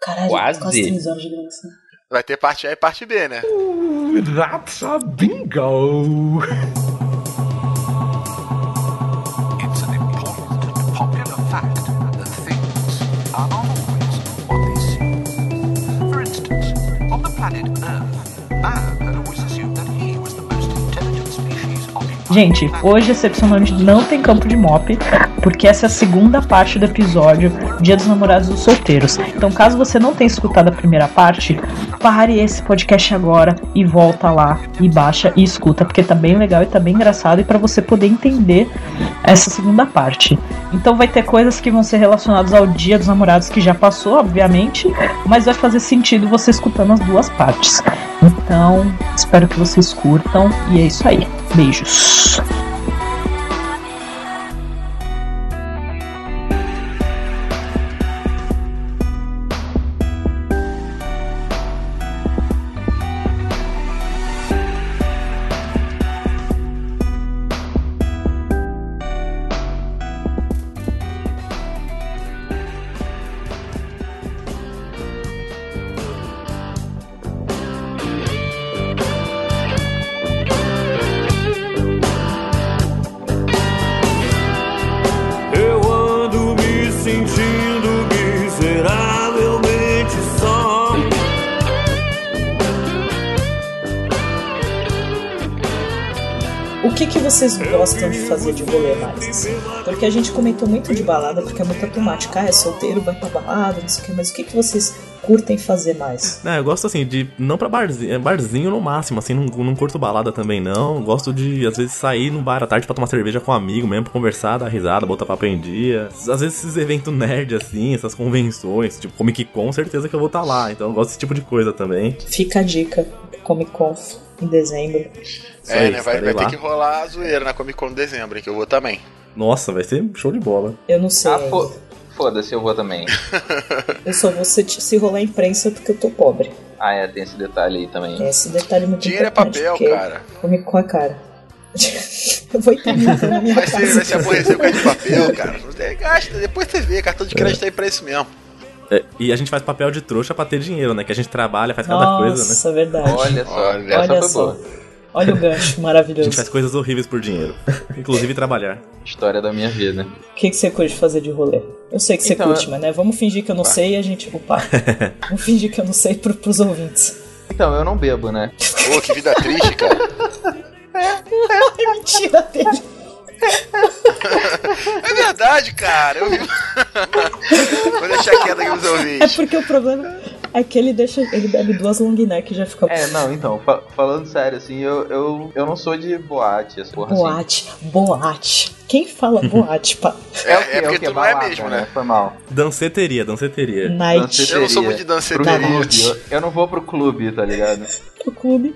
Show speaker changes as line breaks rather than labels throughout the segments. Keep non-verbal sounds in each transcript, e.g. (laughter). Caralho,
Quase.
quase três horas de gravação.
Vai ter parte A e parte B, né?
Ooh, That's a bingo!
It's an important and popular fact that things are not always what they seem. For instance, on the planet Earth, man had always assumed that he was the most intelligent species occupying the
Gente,
planet.
hoje excepcionalmente não tem campo de mop, porque essa é a segunda parte do episódio Dia dos Namorados dos Solteiros. Então, caso você não tenha escutado a primeira parte, pare esse podcast agora e volta lá e baixa e escuta, porque tá bem legal e tá bem engraçado e pra você poder entender essa segunda parte. Então, vai ter coisas que vão ser relacionadas ao Dia dos Namorados que já passou, obviamente, mas vai fazer sentido você escutando as duas partes. Então, espero que vocês curtam e é isso aí. Beijos.
Eu ando me sentindo miseravelmente só.
O que, que vocês gostam de fazer de rolê mais? assim? Porque a gente comentou muito de balada, porque é muito automática. Ah, é solteiro, vai pra balada, não sei o que. Mas o que, que vocês curtem fazer mais?
Não, eu gosto assim de. Não pra barzinho, é barzinho no máximo, assim, não, não curto balada também, não. Gosto de, às vezes, sair no bar à tarde pra tomar cerveja com um amigo mesmo, pra conversar, dar risada, botar papo em dia. Às vezes esses eventos nerd, assim, essas convenções, tipo, Comic Con, certeza que eu vou estar lá. Então eu gosto desse tipo de coisa também.
Fica a dica. Comic Con em dezembro.
Isso
É,
aí,
né? Vai,
estarei
vai ter
lá.
que rolar a zoeira na Comic Con de dezembro, hein, que eu vou também.
Nossa, vai ser show de bola.
Eu não sei.
Ah,
ainda.
fo- foda-se, eu vou também.
Eu só vou se, se rolar imprensa porque eu tô pobre.
Ah, é, tem esse detalhe aí também.
Esse detalhe é muito
Dinheiro é
importante.
papel,
porque
cara.
Comic Con é cara. (laughs) eu vou entender na minha
Vai
casa.
se, vai se aborrecer com esse (laughs) papel, cara. Não tem- Gasta, depois você vê. Cartão de crédito tá aí pra isso mesmo.
É, e a gente faz papel de trouxa pra ter dinheiro, né? Que a gente trabalha, faz cada coisa, né?
Nossa, verdade.
Olha só,
Olha
essa
Olha
foi
só.
boa.
Olha o gancho
A gente faz
maravilhoso.
coisas horríveis por dinheiro. Inclusive trabalhar.
História da minha vida.
O que, que você curte fazer de rolê? Eu sei que você
Então,
curte,
eu-
mas né? Vamos fingir que eu não sei e a gente. Opa! Vamos fingir que eu não sei pro, pros ouvintes.
Então, eu não bebo, né?
Pô, que vida triste, cara.
É mentira dele.
É verdade, cara. Eu vi. (laughs) vou deixar quieto aqui pros
É
ouvintes.
porque o problema é que ele deixa. Ele bebe duas long neck e já fica.
É, não, então, fa- falando sério, assim, eu, eu, eu não sou de boate, essa porra assim.
boate, boate. Quem fala boate, pá?
É,
o quê?
é
o
porque
quê?
tu não é
Balada,
mesmo, né?
Foi mal.
Danceteria, danceteria.
Night.
Danceteria.
Eu não sou muito de
Pro
danceteria.
clube. Eu, eu não vou pro clube, tá ligado?
O clube.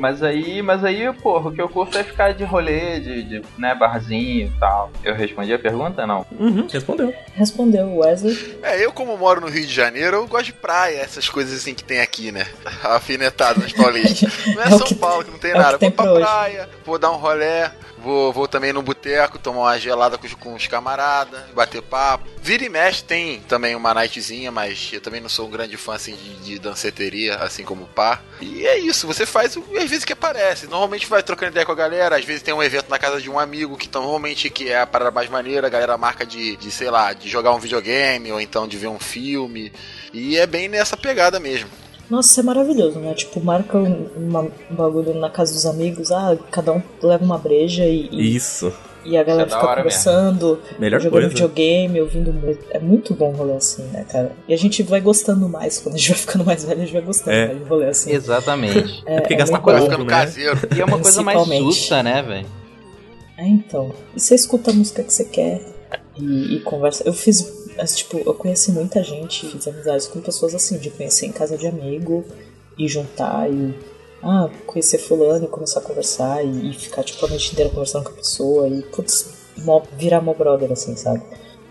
Mas aí, mas aí, porra, o que eu curto é ficar de rolê, de, de né, barzinho e tal. Eu respondi a pergunta, não?
Uhum, respondeu.
Hum.
Respondeu o Wesley.
É, eu como moro no Rio de Janeiro, eu gosto de praia, essas coisas assim que tem aqui, né? Afinetado nas (laughs) paulistas. Não é,
É o
São
que-
Paulo que não tem
é o
nada.
que tem
vou pra
pra hoje.
praia, vou dar um rolé, vou, vou também no boteco, tomar uma gelada com, os- com os camaradas, bater papo. Vira e mexe tem também uma nightzinha, mas eu também não sou um grande fã assim de, de danceteria, assim como o par. E é isso, você faz o- às vezes que aparece. Normalmente vai trocando ideia com a galera, às vezes tem um evento na casa de um amigo que então, normalmente que é a parada mais maneira, a galera marca de, de, sei lá, de jogar um videogame ou então de ver um filme. E é bem nessa pegada mesmo.
Nossa, isso é maravilhoso, né? Tipo, marca um, uma- um bagulho na casa dos amigos. Ah, cada um leva uma breja e, e-
Isso.
e a galera
Isso é da
fica
hora mesmo.
conversando.
Melhor
jogando
coisa.
videogame, ouvindo música. É muito bom rolê assim, né, cara? E a gente vai gostando mais. Quando a gente vai ficando mais velho, a gente vai gostando
É.
mais de rolê assim.
Exatamente.
É porque
é
gasta
muito
Vai
bom.
pouco,
ficando
né?
caseiro.
E é uma coisa mais
Principalmente.
justa, né, velho?
É, então. E você escuta a música que você quer e, e conversa. Eu fiz. Mas, tipo, eu conheci muita gente, fiz amizades com pessoas assim, de conhecer em casa de amigo e juntar e. Ah, conhecer fulano e começar a conversar e, e ficar, tipo, a noite inteira conversando com a pessoa e, putz, mó- virar mó brother, assim, sabe?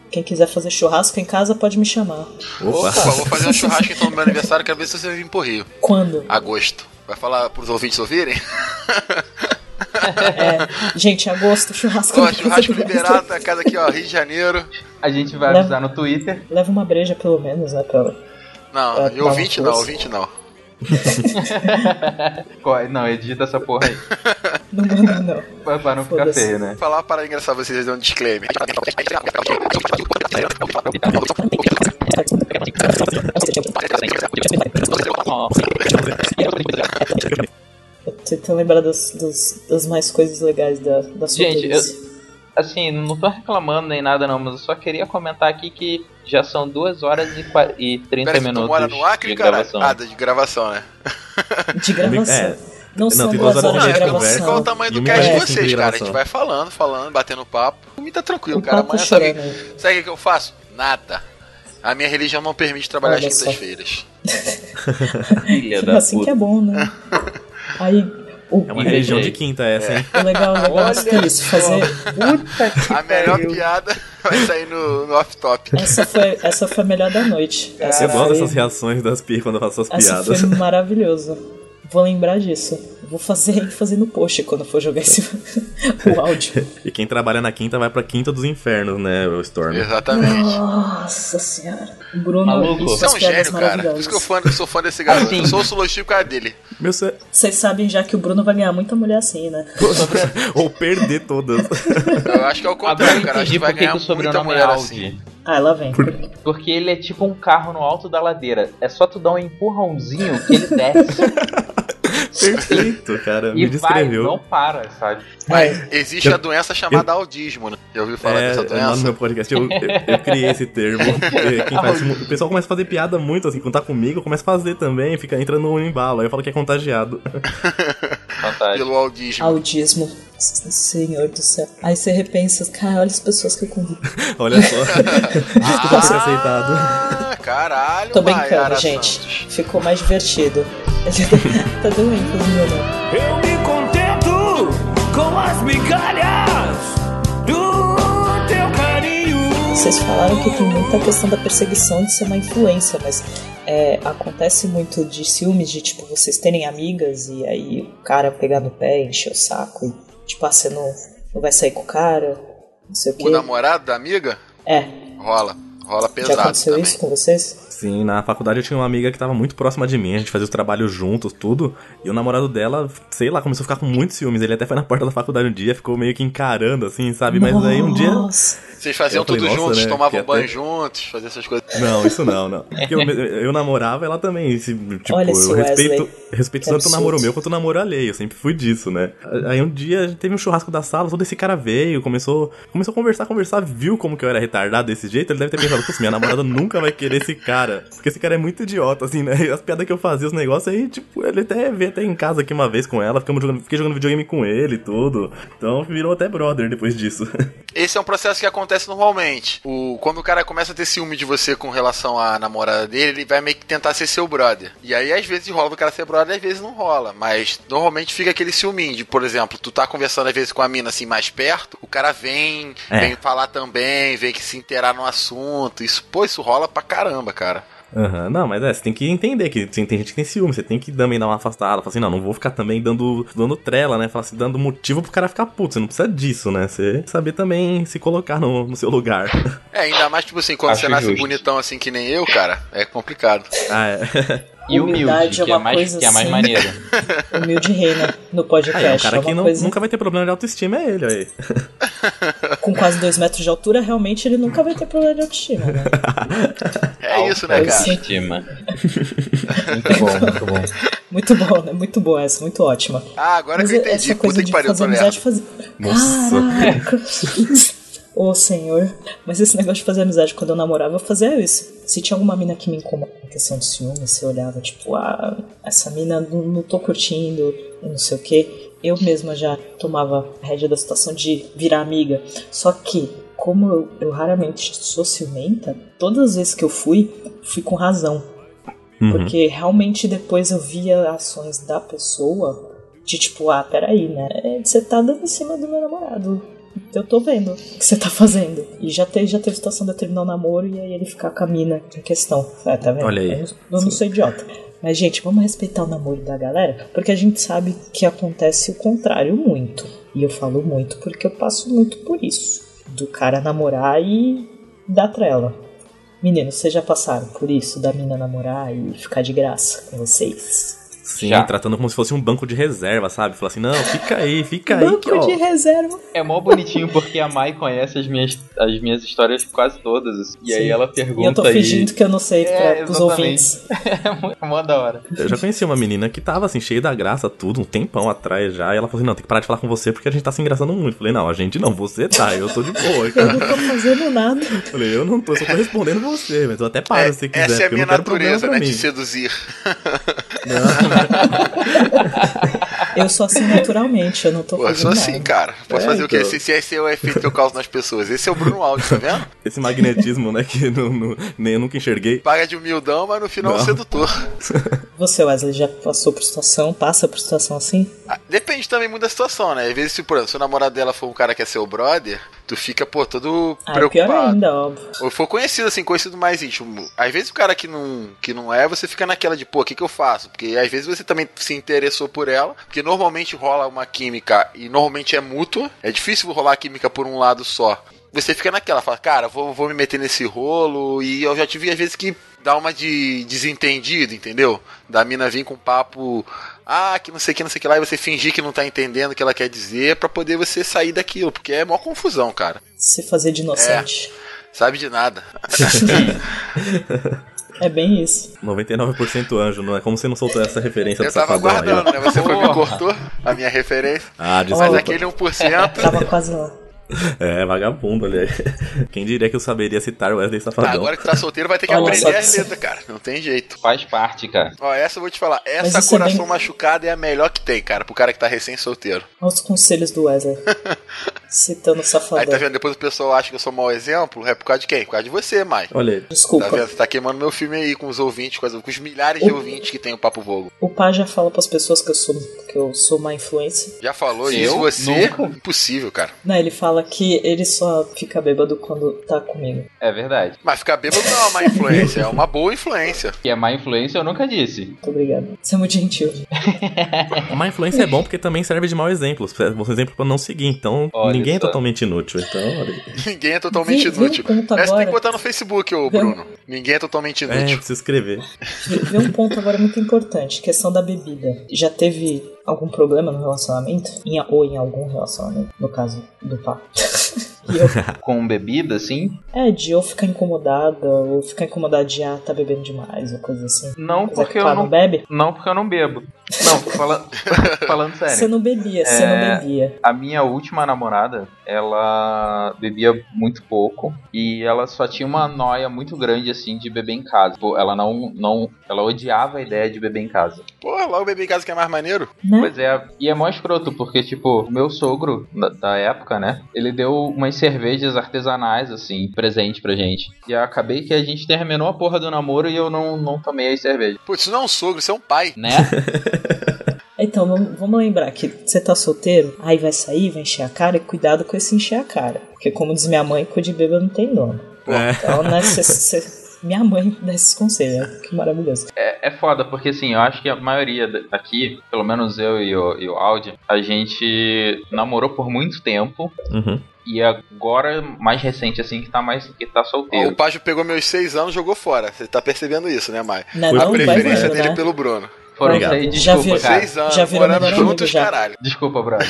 Quem quiser fazer churrasco em casa pode me chamar.
Opa,
Opa.
vou fazer um churrasco então no meu aniversário, quero ver se você vai vir pro Rio.
Quando?
Agosto. Vai falar pros ouvintes ouvirem? (laughs)
É, gente, agosto, churrasco.
Ó,
na casa
churrasco
do Wesley.
liberado na casa aqui, ó, Rio de Janeiro.
A gente vai
Né?
avisar no Twitter.
Leva uma breja, pelo menos, né, pra...
Não,
É,
Ah,
eu ouvinte não,
tá.
ouvinte não.
Corre, é, Não, edita essa porra aí. (laughs)
Não manda, não.
Pra, pra não ficar
Foda-se.
feio, né?
Falar para engraçar vocês dão um disclaimer.
Tentando lembrar das, das, das mais coisas legais da, da sua
Gente,
vez.
Assim, não tô reclamando nem nada não, mas eu só queria comentar aqui que já são 2 horas e, qua- e 30
Peraí,
minutos
tu mora no Acre,
de
cara?
gravação.
Ah, de gravação, né?
De gravação.
É,
não, são
tem
duas
duas
horas, de
Não,
horas
é porque eu não sei
gravação.
qual o tamanho
E
do
uma
cast de
hora e cinco
vocês,
de
cara. A gente
gravação.
vai falando, falando, batendo papo. Comigo tá tranquilo,
O
cara.
Um papo né?
Amanhã sabe,
chorando.
sabe o que eu faço? Nada. A minha religião não permite trabalhar às
Olha só.
quintas-feiras. tá.
Filha da
assim que
puta.
é bom, né? Aí, o,
É uma
Entendi.
religião de quinta essa, hein?
o legal, o legal de ter isso, fazer...
(laughs) A melhor piada vai sair no, no off-top.
Essa foi, essa foi a melhor da noite. Essa
Eu gosto
foi-
dessas reações das pias quando eu faço essas
Essa
piadas. (laughs)
foi maravilhosa. Vou lembrar disso. Vou fazer ênfase no post quando for jogar esse, (laughs) o áudio.
E quem trabalha na quinta vai pra quinta dos infernos, né, o Storm?
É. Exatamente.
Nossa senhora. O Bruno
Maluco.
e
Você é
suas
um
piadas
gênio, cara. Por
maravilhosas.
isso que eu fã- eu sou fã desse garoto.
Assim.
Eu sou o Solostil por causa dele.
Meu cé... (laughs)
Vocês sabem já que o Bruno vai ganhar muita mulher assim, né?
Ou perder todas.
Eu acho que é o
Agora eu
contrário, cara. Acho
entendi
que vai
por que que
ganhar
o
muita
sobrenome é
mulher
Audi.
assim.
Ah, ela vem.
Porque ele é tipo um carro no alto da ladeira. É só tu dar um empurrãozinho que ele desce
Perfeito, cara.
e
Me
vai, não
descreveu.
para, sabe?
Mas
É.
existe a doença chamada audismo, né? Já ouviu falar
É,
dessa
lá no
doença?
meu podcast eu, eu- eu criei esse termo. É, quem faz mu- o pessoal começa a fazer piada muito, assim, quando tá comigo, começa a fazer também, fica entrando no embalo. Aí eu falo que é contagiado. (laughs)
Fantástico.
Pelo audismo.
Audismo. Senhor do céu. Aí você repensa, cara, olha as pessoas que eu convido.
Olha só. Desculpa ser aceitado.
Ah, caralho,
Tô
Mayara
brincando, gente.
Santos.
Ficou mais divertido. (laughs) tá dando ênfase no meu nome.
Eu me contento com as migalhas do teu carinho.
Vocês
Vocês falaram que tem muita questão da perseguição de ser uma influência, mas é, acontece muito de ciúmes de tipo vocês terem amigas e aí o cara pegar no pé, encher o saco e tipo, ah, você não, não vai sair com o cara, não sei o quê.
O namorado da amiga?
É,
Rola. Rola
já
pesado
aconteceu
também.
isso com vocês?
Sim, na faculdade eu tinha uma amiga que tava muito próxima de mim, a gente fazia os trabalhos juntos, tudo. E o namorado dela, sei lá, começou a ficar com muitos ciúmes. Ele até foi na porta da faculdade um dia, ficou meio que encarando, assim, sabe? Mas aí um dia.
Nossa,
Vocês faziam
Eu falei,
tudo
nossa,
juntos,
né,
tomavam
que
banho
até-
juntos, faziam essas coisas.
Não, isso não, não. Porque eu, eu namorava ela também. se- Tipo,
Olha esse
eu respeito,
Wesley.
respeito
Que
tanto o
absurdo.
namoro meu quanto o namoro alheio. Eu sempre fui disso, né? Aí um dia teve um churrasco da sala, todo esse cara veio, começou, começou a conversar, conversar, viu como que eu era retardado desse jeito. Ele deve ter pensado, putz, minha namorada nunca vai querer esse cara. Porque esse cara é muito idiota, assim, né? E As piadas que eu fazia, os negócios aí, tipo, ele até veio até em casa aqui uma vez com ela, ficamos jogando, fiquei jogando videogame com ele e tudo. Então virou até brother depois disso.
Esse é um processo que acontece normalmente. O, quando o cara começa a ter ciúme de você com relação à namorada dele, ele vai meio que tentar ser seu brother. E aí, às vezes, rola do cara ser brother, às vezes não rola. Mas normalmente fica aquele ciúminho de, por exemplo, tu tá conversando às vezes com a mina assim mais perto, o cara vem,
É.
vem falar também, vem que se inteirar no assunto. Isso, pô, isso rola pra caramba, cara.
Aham, não, mas é, você tem que entender que tem, tem gente que tem ciúme, você tem que também dar uma afastada, falar assim, não, não vou ficar também dando, dando trela, né? Falar assim, dando motivo pro cara ficar puto, você não precisa disso, né? Você saber também se colocar no, no seu lugar. (laughs)
É, ainda mais, tipo assim, quando
Acho
você nasce
justo.
bonitão assim que nem eu, cara, é complicado.
ah, é.
E humilde,
Humildade é
que é
uma
mais,
coisa
que é mais
assim.
maneiro.
humilde reina no
(laughs) Aí, é um
podcast. (laughs) é
cara
uma
que não-
coisa
nunca vai ter problema de autoestima é ele, aí.
com quase dois metros de altura, realmente ele nunca vai ter problema de autoestima, né?
(laughs) É isso, né, cara?
Autoestima. muito bom, muito bom.
Muito bom, né? Muito boa essa, muito ótima.
Ah, agora
Mas é
que eu entendi.
essa coisa
Puta que
de
pariu,
fazer
tô
amizade
lerdo.
fazer.
Nossa.
Caraca! Ô senhor. Mas esse negócio de fazer amizade quando eu namorava, eu fazia isso. Se tinha alguma mina que me incomodava com questão de ciúme, você olhava, tipo, ah, essa mina não, não tô curtindo, não sei o quê. Eu mesma já tomava a rédea da situação de virar amiga. Só que, como eu, eu raramente sou ciumenta, todas as vezes que eu fui, fui com razão.
Uhum.
Porque realmente depois eu via ações da pessoa de tipo, ah, peraí, né? É, Você tá dando em cima do meu namorado. Eu tô vendo o que você tá fazendo. E já teve, já teve situação de eu terminar o namoro e aí ele ficar com a mina em questão. Ah, tá vendo?
Olha aí.
Eu, não- eu não sou idiota. Mas, gente, vamos respeitar o namoro da galera, porque a gente sabe que acontece o contrário muito. E eu falo muito porque eu passo muito por isso. Do cara namorar e dar trela. Meninos, vocês já passaram por isso da mina namorar e ficar de graça com vocês?
Sim,
Já.
tratando como se fosse um banco de reserva, sabe? Falar assim, não, fica aí, fica aí que,
Banco
ó.
de reserva.
É mó bonitinho porque a Mai conhece as minhas, as minhas histórias quase todas. assim. E aí
Sim.
ela
E eu tô
pergunta
fingindo que eu não sei
É,
pra, pros
exatamente.
ouvintes.
É muito- (laughs) mó da hora.
Eu já conheci uma menina que tava assim, cheia da graça, tudo, um tempão atrás já. E ela falou assim: não, tem que parar de falar com você porque a gente tá se engraçando muito. Eu falei, não, a gente não, você tá, eu tô de boa,
Eu não
cara.
tô fazendo nada.
Eu falei, eu não tô, eu só tô respondendo você, mas eu até paro se você quiser,
Essa é a
porque eu
minha
não quero problema
natureza,
pra
né?
mim.
De seduzir.
Eu sou assim naturalmente, eu não tô
Pô, eu
fazendo
sou
nada.
assim, cara. Posso
É,
fazer o quê?
então.
Se, se esse é o efeito que eu causo nas pessoas. Esse é o Bruno Alves, tá vendo?
(laughs) Esse magnetismo, né, que não, não- nem eu nunca enxerguei.
Paga de humildão, mas no final é um
Não.
sedutor.
Você, Wesley, já passou por situação, passa por situação assim?
Ah, Depende também muito da situação, né? Às vezes, se, por exemplo, se o namorado dela for um cara que é seu brother, tu fica, pô, todo
Ah, é pior
preocupado.
ainda, óbvio.
Ou for conhecido, assim, conhecido mais íntimo. Às vezes o cara que não, que não é, você fica naquela de, pô, o que, que eu faço? Porque às vezes você também se interessou por ela, porque normalmente rola uma química e normalmente é mútua. É difícil rolar a química por um lado só. Você fica naquela, fala, cara, vou, vou me meter nesse rolo. E eu já tive às vezes que dá uma de desentendido, entendeu? Da mina vir com papo, ah, que não sei o que, não sei o que lá, e você fingir que não tá entendendo o que ela quer dizer pra poder você sair daquilo, porque é mó confusão, cara.
Se fazer de inocente.
Sabe de nada.
(laughs) É, bem isso.
99% anjo, não é como você não soltou essa
Então
referência
Eu
tá
tava
do safadão aí.
aguardando,
ó.
né? Você foi me
Porra.
cortou a minha referência.
Ah,
Mas
desculpa.
aquele 1%.
Tava quase lá.
É, vagabundo, aliás. Quem diria que eu saberia citar Wesley
Tá,
Safadão?
agora que tá solteiro, vai ter que
Olha só
aprender
que
as
você-
letras, cara. Não tem jeito.
Faz parte, cara.
Ó, essa eu vou te falar. Essa
isso é
coração
bem-
machucada é a melhor que tem, cara, pro cara que tá recém-solteiro.
Olha os conselhos do
(laughs)
Wesley. Citando o
Aí
safadão.
tá vendo, depois o pessoal acha que eu sou mau exemplo. É por causa de quem? Por causa de você, Mai.
Olha aí.
Tá
Desculpa.
vendo? Você tá queimando meu filme aí com os ouvintes, com, as- com os milhares de
Eu-
ouvintes que tem o Papo Vogo.
o pai já fala pras pessoas que eu sou que eu sou má influência.
Já falou
Eu?
isso, você?
Nunca.
Impossível, cara.
Não, ele fala que ele só fica bêbado quando tá comigo.
É verdade.
Mas ficar bêbado não é
(laughs)
uma má influência, é uma boa influência.
Que é má influência, eu nunca disse.
Muito obrigado. Você é muito gentil.
Má influência é bom porque também serve de mau exemplo. É um exemplo pra não seguir. Então,
Olha
ninguém é
só.
totalmente inútil. Então, olha aí.
Ninguém é totalmente
Vem- vem
inútil.
um ponto
Essa tem
agora.
que botar no
(laughs)
Facebook, ô
Vem-
Bruno. Ninguém é totalmente
É,
inútil.
precisa escrever.
Vê um ponto agora muito importante, é questão da bebida. Já teve algum problema no relacionamento? Em, ou em algum relacionamento, no caso do papo. E eu-
Com bebida, assim,
(laughs) é, de eu ficar incomodada, ou ficar incomodada de, ah, tá bebendo demais, ou coisa assim.
não
Apesar
porque
que
eu
claro,
não.
não bebe?
Não porque eu não bebo. Não,
(laughs)
fala- (laughs) falando sério.
Você não bebia, você não
É.
bebia.
A minha última namorada, ela bebia muito pouco e ela só tinha uma noia muito grande assim de beber em casa. Tipo, ela não, não, ela odiava a ideia de beber em casa.
Porra, lá o bebê em casa que é mais maneiro.
Né?
Pois é, e é mó escroto porque tipo, o meu sogro da, da época, né? Ele deu umas cervejas artesanais assim, presente pra gente. E acabei que a gente terminou a porra do namoro e eu não, não tomei as cervejas,
Putz, isso não é um sogro, isso é um pai.
né?
Então, vamos, vamos lembrar que você tá solteiro, aí vai sair, vai encher a cara, e cuidado com esse encher a cara. Porque como diz minha mãe, cu de bêbado não tem nome.
É.
Então, né, cê- cê- minha mãe dá esses conselhos, né? que maravilhoso.
É, é foda porque assim, eu acho que a maioria da- aqui, pelo menos eu e o, e o Audi, a gente namorou por muito tempo.
Uhum.
E agora, mais recente, assim, que tá mais. que tá
Ó,
solteiro.
o Pajo pegou meus seis anos e jogou fora. Você tá percebendo isso, né, Mai?
Não,
Foi
A
não vai
preferência
vendo,
dele
né?
pelo Bruno.
Foram
Obrigado.
seis,
Já
desculpa,
vi-
cara.
Seis anos,
já virou
morando
melhor amigo,
juntos,
já.
caralho.
Desculpa, brother.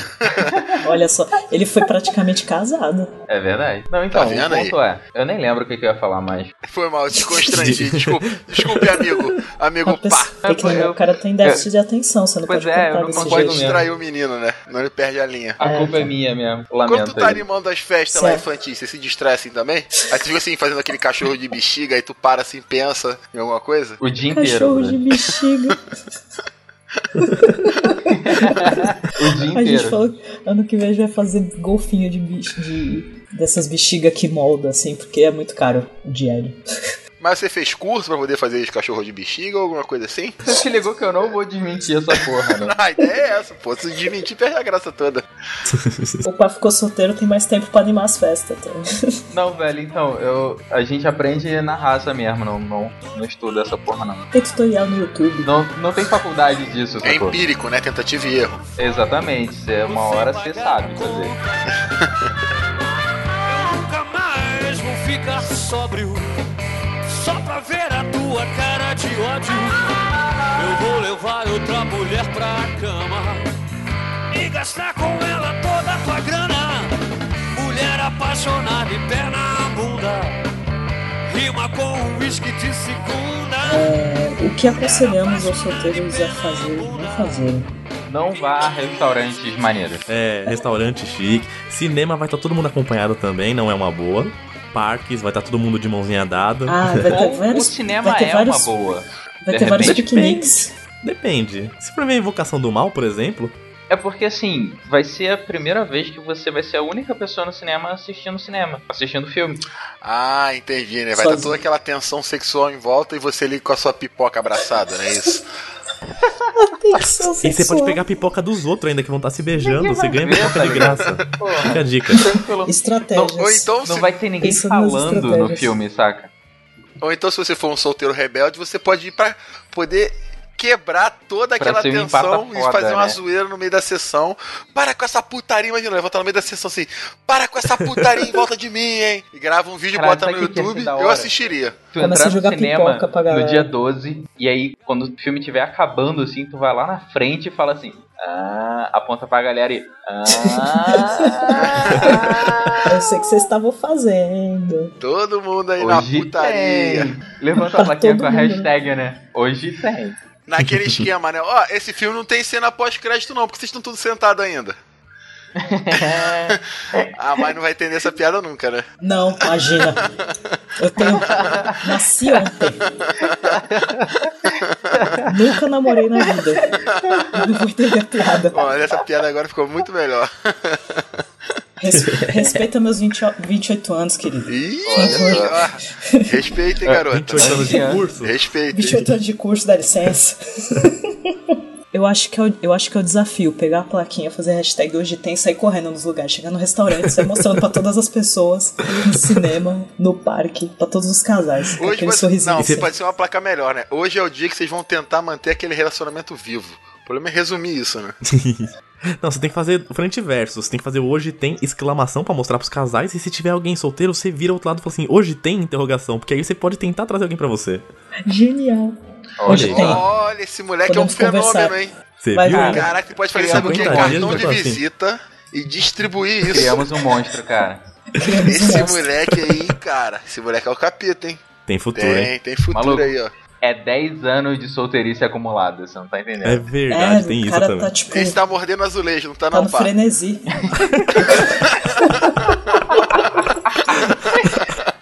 Olha só, ele foi praticamente
(laughs)
casado.
É verdade. Não, então,
Tá
o
vendo aí?
ponto é. Eu nem lembro o que, que eu ia falar mais.
Foi mal, te
(laughs)
constrangi. Desculpe, desculpe, amigo.
A
Amigo, pá.
pessoa- é que nem- o cara tem déficit de atenção, você não
É. Pois
pode
é,
contar
eu não
desse
Não
concordo
pode
jeito.
mesmo.
distrair o menino, né? Não ele perde a linha.
A
É,
culpa é
tá.
minha mesmo.
Quando
Lamento.
tu tá
aí.
animando as festas lá
Certo.
infantis, você se distrai assim também? Aí tu fica assim, fazendo aquele cachorro de bexiga, aí tu para assim, pensa em alguma coisa?
O dia inteiro. né?
Cachorro de
brother.
bexiga.
(laughs) O dia
A gente
inteiro.
falou, ano que vem a gente vai fazer golfinho de bicho, de, dessas bexigas que molda, assim, porque é muito caro o diário.
Mas você fez curso pra poder fazer esse cachorro de bexiga ou alguma coisa assim? (laughs)
Você se ligou que eu não vou desmentir essa porra, né?
A ideia é essa, pô. Se desmentir, perde a graça toda.
Uhum. (laughs)
O pai ficou solteiro, tem mais tempo pra animar as festas. Tá? (laughs)
Não, velho, então, eu, a gente aprende na raça mesmo, não, não, não estuda essa porra, não.
Tem tutorial no YouTube.
Não, não tem faculdade disso,
É
sacou?
empírico, né? Tentativa e erro.
Exatamente, cê- uma hora você sabe fazer.
Eu nunca mais vou ficar sóbrio. Só pra ver a tua cara de ódio Eu vou levar outra mulher pra cama E gastar com ela toda a tua grana Mulher apaixonada e pé na bunda Rima com um uísque de segunda
É, o que aconselhamos aos solteiros a fazer e não fazerem?
Não vá a restaurantes maneiros.
É, restaurante chique. Cinema vai estar todo mundo acompanhado também, não é uma boa. Parques, vai estar todo mundo de mãozinha dada.
Ah, vai ter
Ou o
vários.
cinema
vai ter
é
vários-
uma boa.
Vai
de
ter vários
repente,
piqueniques.
(laughs) Depende. Se for ver Invocação do Mal, por exemplo,
É porque assim, vai ser a primeira vez que você vai ser a única pessoa no cinema assistindo cinema, assistindo filme.
Ah, entendi, né? Vai
Sozinho.
ter toda aquela tensão sexual em volta e você ali com a sua pipoca abraçada, não é
(laughs)
isso?
Tensão
e você
sexual.
pode pegar a pipoca dos outros ainda que vão estar se beijando.
é
Você ganha
ver,
pipoca
tá
de
ligado?
graça.
Porra,
Fica a dica.
tranquilo.
Estratégias.
Ou então,
Não
se,
vai ter ninguém
Pensando nas
falando no
estratégias.
filme, saca?
ou então, se você for um solteiro rebelde, você pode ir pra poder quebrar toda
Pra
aquela
ser um
tensão
empata
e fazer
foda,
uma
né?
zoeira no meio da sessão. Para com essa putaria, imagina, levantar no meio da sessão assim, para com essa putaria em volta de mim, hein? E grava um vídeo,
Caralho,
bota no
sabe o que que ia ser
YouTube,
da
eu
hora?
assistiria.
Tu
Começa a
entrar
jogar
no cinema
pipoca pra galera.
no dia 12, e aí quando o filme estiver acabando, assim, tu vai lá na frente e fala assim, ah, aponta pra galera e. (laughs) Ah,
Eu sei o que vocês estavam fazendo.
Todo mundo aí na
hoje
putaria.
tem. Levanta a plaquinha
Todo
com a
mundo, né?
hashtag, né? Hoje tem.
(laughs) Naquele esquema, né? Ó, esse filme não tem cena pós-crédito, não, porque vocês estão todos sentados ainda.
(laughs)
ah, mas não vai entender essa piada nunca, né?
Não, imagina. Eu tenho. Nasci ontem. Nunca namorei na vida. Não vou entender a piada.
Olha, essa piada agora ficou muito melhor.
Res- Respeita meus 20, o- 28 anos, querido.
Ih, olha só. Respeita,
É,
hein, garota.
28 anos
É.
de curso.
Respeita. hein?
28 anos de curso, dá licença. (laughs) Eu acho, que é o, eu acho que é o desafio, pegar a plaquinha, fazer a hashtag hoje tem, sair correndo nos lugares, chegar no restaurante, sair mostrando pra todas as pessoas, no cinema, no parque, pra todos os casais, com
Hoje
aquele
você...
sorrisinho.
Não,
assim.
pode ser uma placa melhor, né? Hoje é o dia que vocês vão tentar manter aquele relacionamento vivo. O problema é resumir isso, né?
Não, você tem que fazer frente e verso. Você tem que fazer hoje tem exclamação pra mostrar pros casais. E se tiver alguém solteiro, você vira outro lado e fala assim: hoje tem interrogação. Porque aí você pode tentar trazer alguém pra você.
Genial.
Olha aí.
Tem.
Olha, esse moleque
Podemos
é um fenômeno,
conversar.
hein?
Você
Vai,
viu?
vai.
Caraca, tu pode fazer,
Ele
sabe o quê?
50 dias,
Cartão de
vai falar assim.
visita e distribuir isso.
Criamos um monstro, cara.
Criamos um
Esse
monstro.
moleque aí, cara, esse moleque é o capeta, hein?
Tem futuro, hein?
Tem, tem futuro
Maluco.
aí, ó.
É 10 anos de solteirice acumulada, você não tá entendendo.
É verdade, tem
o
isso
cara
também.
tá tipo.
Esse tá mordendo azulejo, não tá
Tá
não,
no
pá.
frenesi.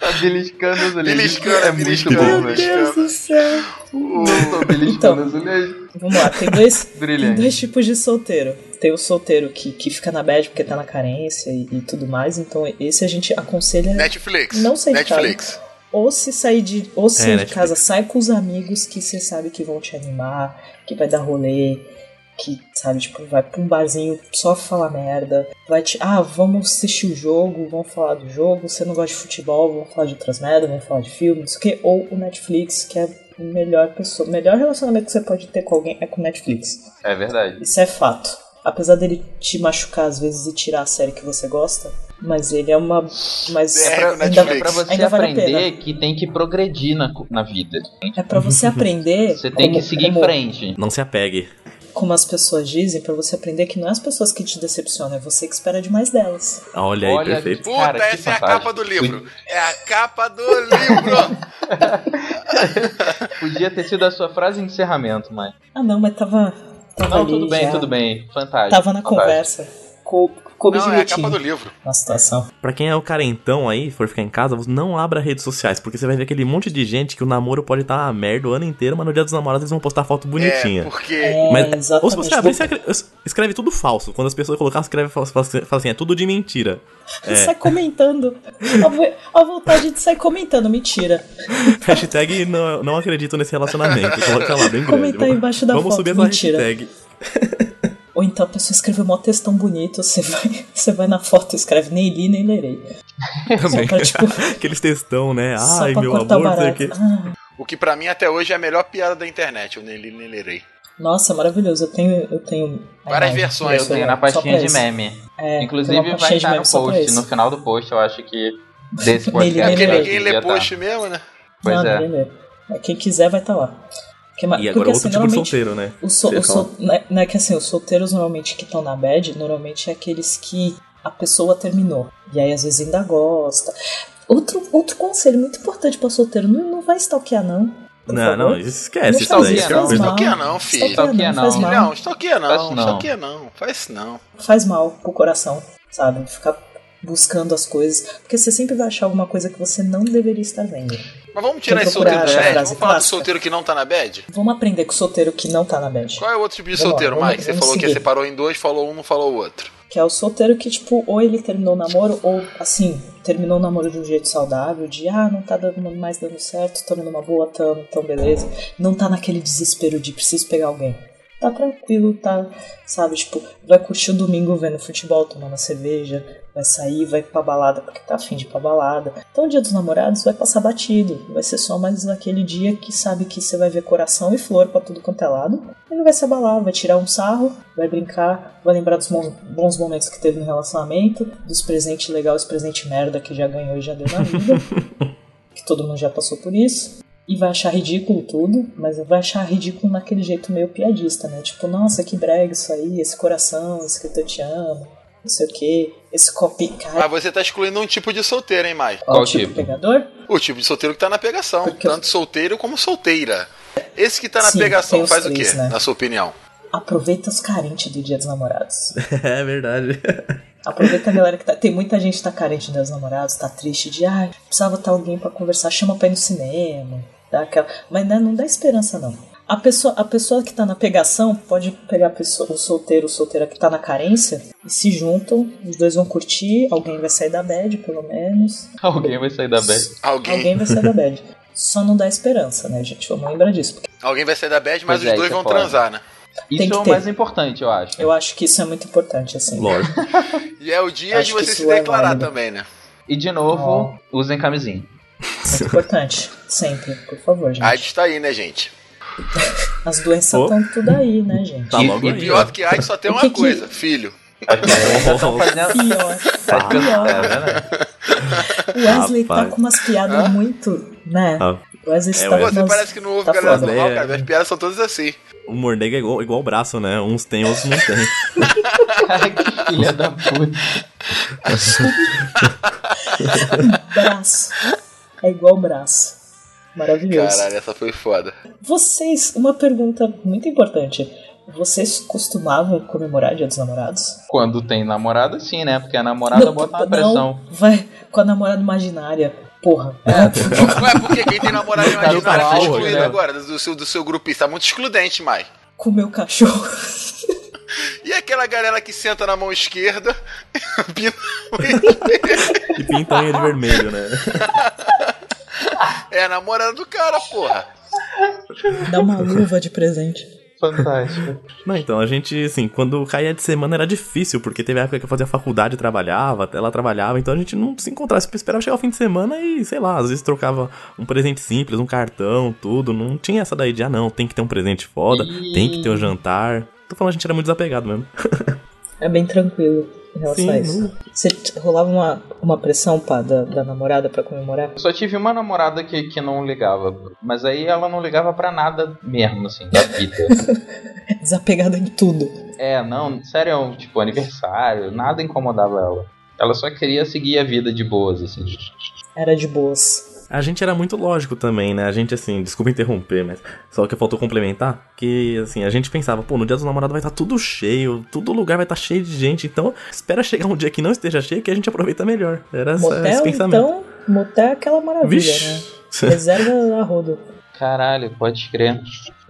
Tá beliscando os
Beliscando,
é muito
beliscando.
bom,
Meu
velho.
do céu.
Tô beliscando
Então.
os azulejo.
Vamos lá, tem dois,
(laughs) é.
tem
Brilhante.
dois tipos de solteiro. Tem o solteiro que, que fica na bad porque tá na carência e, e tudo mais. Então esse a gente aconselha
É Netflix.
Não sei de
Netflix.
ou se sair de ou se
É,
sair de
Netflix.
casa, sai com os amigos que você sabe que vão te animar, que vai dar rolê, que sabe, tipo, vai pra um barzinho só falar merda, vai te, ah, vamos assistir o jogo, vamos falar do jogo, você não gosta de futebol, vamos falar de outras merdas, vamos falar de filme, não sei o que, ou o Netflix, que é a melhor pessoa, o melhor relacionamento que você pode ter com alguém é com o Netflix.
É verdade.
Isso é fato. Apesar dele te machucar às vezes e tirar a série que você gosta, mas ele é uma. Mas
É, o
ainda-
É
Netflix.
pra você
Ainda vale a
aprender
pena.
que tem que progredir na, na vida.
é pra você aprender.
Você tem
É, como-
que seguir em
como-
frente.
Não se apegue.
Como as pessoas dizem, pra você aprender que não é as pessoas que te decepcionam, é você que espera demais delas.
Olha aí,
Olha
perfeito.
Puta,
Cara, que
essa é a
fantástico.
capa do livro. É a capa
(laughs)
do livro.
Podia ter sido a sua frase de encerramento, mas.
Ah não, mas tava. tava
Não,
ali
tudo bem, Tá.
já,
tudo bem. Fantástico.
Tava na
fantástico.
conversa. Co coube
não, é a capa
direitinho
do livro.
na situação.
Pra quem é o carentão aí, for ficar em casa, não abra redes sociais, porque você vai ver aquele monte de gente que o namoro pode estar uma merda o ano inteiro, mas no dia dos namorados eles vão postar foto bonitinha.
É, porque
É,
Mas-
exatamente.
Ou se você abrir, você acre- escreve tudo falso. Quando as pessoas colocarem, escreve falso, fala assim, fala assim, é tudo de mentira. (laughs)
Você
É.
sai comentando. A vo- A vontade de sair comentando, mentira.
Hashtag não, não acredito nesse relacionamento. Coloca lá, bem grande.
Comentar
Vamos-
embaixo da
Vamos
foto,
subir essa
mentira. (laughs)
hashtag.
Ou então a pessoa escreveu um textão bonito, você vai, (laughs) você vai na foto e escreve nem li nem
(laughs)
lerei. Só pra, tipo,
Aqueles textão, né?
só
Ai,
pra
meu
cortar
amor, não sei o
barato. (laughs)
quê.
Ah,
o que pra mim até hoje é a melhor piada da internet. Eu nem li, nem lerei.
nossa, maravilhoso. Eu tenho. Eu tenho
Várias
Ah,
versões,
Eu
isso,
tenho
é,
na
só
pastinha
pra
de
isso.
meme.
É, tem
Inclusive
uma
vai
pastinha de
estar no
meme só pra
post,
isso.
no final do post, eu acho que. Desse
Nele,
podcast.
Porque
nele,
eu acho
ninguém
que
lê
já tá.
post mesmo, né?
Pois
Nada,
é.
ninguém vê. Mas Quem quiser vai estar lá. Porque, ma-
E
porque,
agora outro
assim,
tipo de
normalmente,
solteiro, né?
O so,
Você
o so, né, né, que assim, os solteiros normalmente que estão na bad, normalmente é aqueles que a pessoa terminou. E aí às vezes ainda gosta. Outro, outro conselho muito importante pra solteiro, não, não vai stalkear, não. Por
Não,
favor.
não, esquece isso
Não
daí. É
faz
cara.
isso, não.
Não.
Stalkeia não, filho.
Stalkeia
Stalkeia
não, faz
não.
mal.
Não, stalkeia não,
Faz não.
stalkeia não. Faz isso não.
Faz mal pro coração, sabe? Ficar buscando as coisas. Porque você sempre vai achar alguma coisa que você não deveria estar vendo.
Mas vamos tirar
Tem
esse
que procurar né? essa
solteiro do
frase
bad? Vamos falar do
clássica.
solteiro que não tá na bad?
Vamos aprender com o solteiro que não tá na bad.
Qual é o outro tipo de
Vamos lá,
solteiro,
vamos-
Mike? Você
vamos
falou que
seguir.
separou em dois, falou um, não falou o outro.
Que é o solteiro que, tipo, ou ele terminou o namoro, ou, assim, terminou o namoro de um jeito saudável, de, ah, não tá dando, mais dando certo, tamo numa boa, tamo, então beleza. Não tá naquele desespero de preciso pegar alguém. Tá tranquilo, tá, sabe, tipo, vai curtir o domingo vendo futebol, tomando cerveja, vai sair, vai pra balada porque tá afim de ir pra balada. Então o dia dos namorados vai passar batido, vai ser só mais aquele dia que sabe que você vai ver coração e flor pra tudo quanto é lado. Ele vai se abalar, vai tirar um sarro, vai brincar, vai lembrar dos mo- bons momentos que teve no relacionamento, dos presentes legais, os presentes merda que já ganhou e já deu na vida, que todo mundo já passou por isso. E vai achar ridículo tudo, mas vai achar ridículo naquele jeito meio piadista, né? Tipo, nossa, que brega isso aí, esse coração, esse que eu te amo, não sei o que, esse copycat.
Mas você tá excluindo um tipo de solteiro, hein, Mike?
Ó,
Qual
o tipo?
tipo?
Pegador?
O tipo de solteiro que tá na pegação.
Porque-
Tanto solteiro como solteira. Esse que tá na
Sim, tem
pegação
os
faz o
três,
quê,
né?
na sua opinião?
Aproveita os carentes do Dia dos Namorados.
(laughs) É verdade.
Aproveita a galera que tá. Tem muita gente que tá carente dos namorados, tá triste de ai, precisava estar alguém pra conversar, chama pra ir no cinema, dá aquela. Mas né, não dá esperança, não. A pessoa, a pessoa que tá na pegação pode pegar a pessoa, o solteiro, ou solteira que tá na carência e se juntam, os dois vão curtir, alguém vai sair da bad, pelo menos.
(laughs) Alguém vai sair da bad.
Alguém, alguém...
Alguém vai sair da bad. Só não dá esperança, né, gente? Vamos lembrar disso. Porque
vai sair da bad, mas
Pois
os
é,
dois
isso é
vão
foda.
transar, né?
Tem
Isso
que
é o
ter.
mais importante, eu acho.
eu acho que isso é muito importante, assim.
Lógico.
E é o dia
Acho
de
que
você se
isso é
declarar
válido.
também, né?
E de novo, usem camisinha.
Muito importante. Sempre, por favor, gente.
A AIDS tá aí, né, gente?
As doenças
Ô.
estão tudo aí, né, gente?
Tá
E-
logo
e
aí.
Pior
ó. É,
do que AIDS só tem
O
uma
que que-
coisa, filho.
(laughs) Estão fazendo.
Pior.
As pessoas-
pior.
é, verdade.
O Wesley tá
Rapaz.
com umas piadas
Hã?
muito, né?
Ah.
O Wesley
É,
está
Wesley.
com
Você
umas-
parece que não ouve
tá
galera
foda.
do mal,
É.
cara. Minhas piadas são todas assim.
O mornego é igual, igual o braço, né? Uns tem, outros não tem.
(laughs) Ai, que filha da puta.
braço. É igual braço. Maravilhoso.
Caralho, essa foi foda.
Vocês, uma pergunta muito importante. Vocês costumavam comemorar Dia dos Namorados?
Quando tem namorada, sim, né? Porque a namorada bota uma pressão.
não, vai com a namorada imaginária. Porra.
É.
Ué, é porque quem tem namorado
Cara, o
imaginário tá
cavalo,
excluído
né?
agora do seu, do seu grupista. Tá muito excludente, Mai.
Com o meu
(laughs)
cachorro.
E aquela galera que senta na mão esquerda, (laughs) pina-
E pintam ele de vermelho, né?
é a namorada do cara, porra.
Dá uma luva de presente.
Fantástico.
Não, então, a gente, assim, quando caía de semana era difícil, porque teve época que eu fazia faculdade, eu trabalhava, ela trabalhava, então a gente não se encontrava, se esperava chegar o fim de semana e, sei lá, às vezes trocava um presente simples, um cartão, tudo, não tinha essa daí de, ah, não, tem que ter um presente foda,
Ih.
tem que ter um jantar. Tô falando, a gente era muito desapegado mesmo.
É bem tranquilo em relação
Sim,
a isso. Você t- rolava uma, uma pressão, pá, da, da namorada pra comemorar? (laughs)
Eu só tive uma namorada que, que não ligava. Mas aí ela não ligava pra nada mesmo, assim, da vida. (laughs)
Desapegada de tudo.
É, não, sério, é um, tipo, aniversário, nada incomodava ela. Ela só queria seguir a vida de boas, assim.
Era de boas.
A gente era muito lógico também, né? A gente, assim, desculpa interromper, mas só que faltou complementar que, assim, a gente pensava, pô, no dia dos namorados vai estar tudo cheio, todo lugar vai estar cheio de gente, então espera chegar um dia que não esteja cheio que a gente aproveita melhor. Era essa- esse
Motel,
pensamento.
então, motel é aquela maravilha, né? (laughs) Reserva a rodo.
Caralho, pode crer.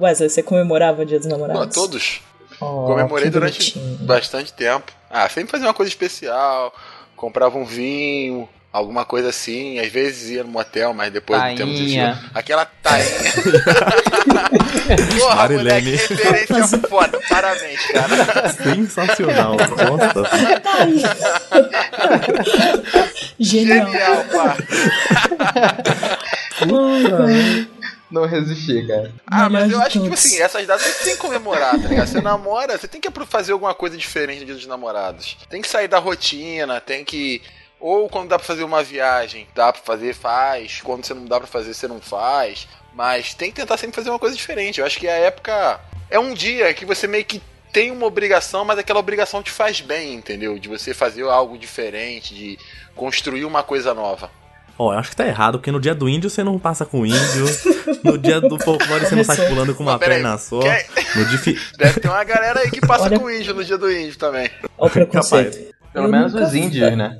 Wesley, você comemorava o dia dos
Pô,
namorados?
todos.
Oh,
Comemorei
que
durante
bonitinho.
bastante tempo. Ah, sempre fazia uma coisa especial, comprava um vinho, alguma coisa assim. Às vezes ia no motel, mas depois do tempo de
Tainha.
Aquela tainha. Porra, moleque,
Marilene.
referência foda. Parabéns, cara.
(laughs) Sensacional. Nossa.
Tá aí. Genial.
Genial, pá.
Não resisti, cara.
Ah,
Melhor
mas eu
de
acho que, tipo
todos.
assim, essas datas você tem que comemorar, tá ligado? Você namora, você tem que fazer alguma coisa diferente no dia dos namorados. Tem que sair da rotina, tem que Ou quando dá pra fazer uma viagem, dá pra fazer, faz. Quando você não dá pra fazer, você não faz. Mas tem que tentar sempre fazer uma coisa diferente. Eu acho que a época é um dia que você meio que tem uma obrigação, mas aquela obrigação te faz bem, entendeu? De você fazer algo diferente, de construir uma coisa nova.
Ó, eu acho que tá errado, porque no dia do índio você não passa com o índio. No dia do folclore você não sai
Começou.
pulando com uma
Mas peraí,
perna só.
quem-
No dia fi-
é, Deve ter uma galera aí que passa
Olha-
com o índio no dia do índio também.
Olha o preconceito.
Pelo
Eu
menos
nunca
os
vi.
índios, né?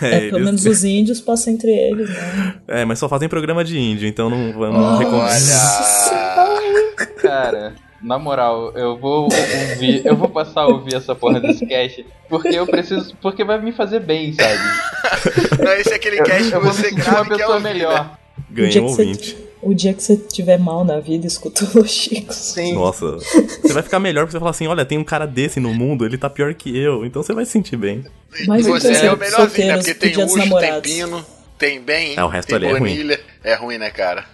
É,
eles-
pelo menos os índios passam entre eles, né?
é, mas só fazem programa de índio, então não
Oh,
vamos recomendar.
Olha.
Cara, na moral, eu vou ouvir, eu vou passar a ouvir essa porra desse cast, porque eu preciso, porque vai me fazer bem, sabe?
Não, esse é aquele
Eu,
cast que
eu vou me
você
sentir
grava
uma
e quer
pessoa
ouvir, né?
melhor.
O dia
Ganhou
que
um
você-
ouvinte.
O dia que você tiver mal na vida, escuta o Chico.
Sim.
Nossa, você vai ficar melhor porque você vai falar assim: olha, tem um cara desse no mundo, ele tá pior que eu, então você vai se sentir bem.
Mas
E
então,
você
assim,
é o melhorzinho,
solteiros
né? Porque
pro
tem
dia dos
Ucho, tem
namorados.
Pino, tem Bem,
É, o resto
tem
ali é ruim.
Bonilha. É ruim, né, cara?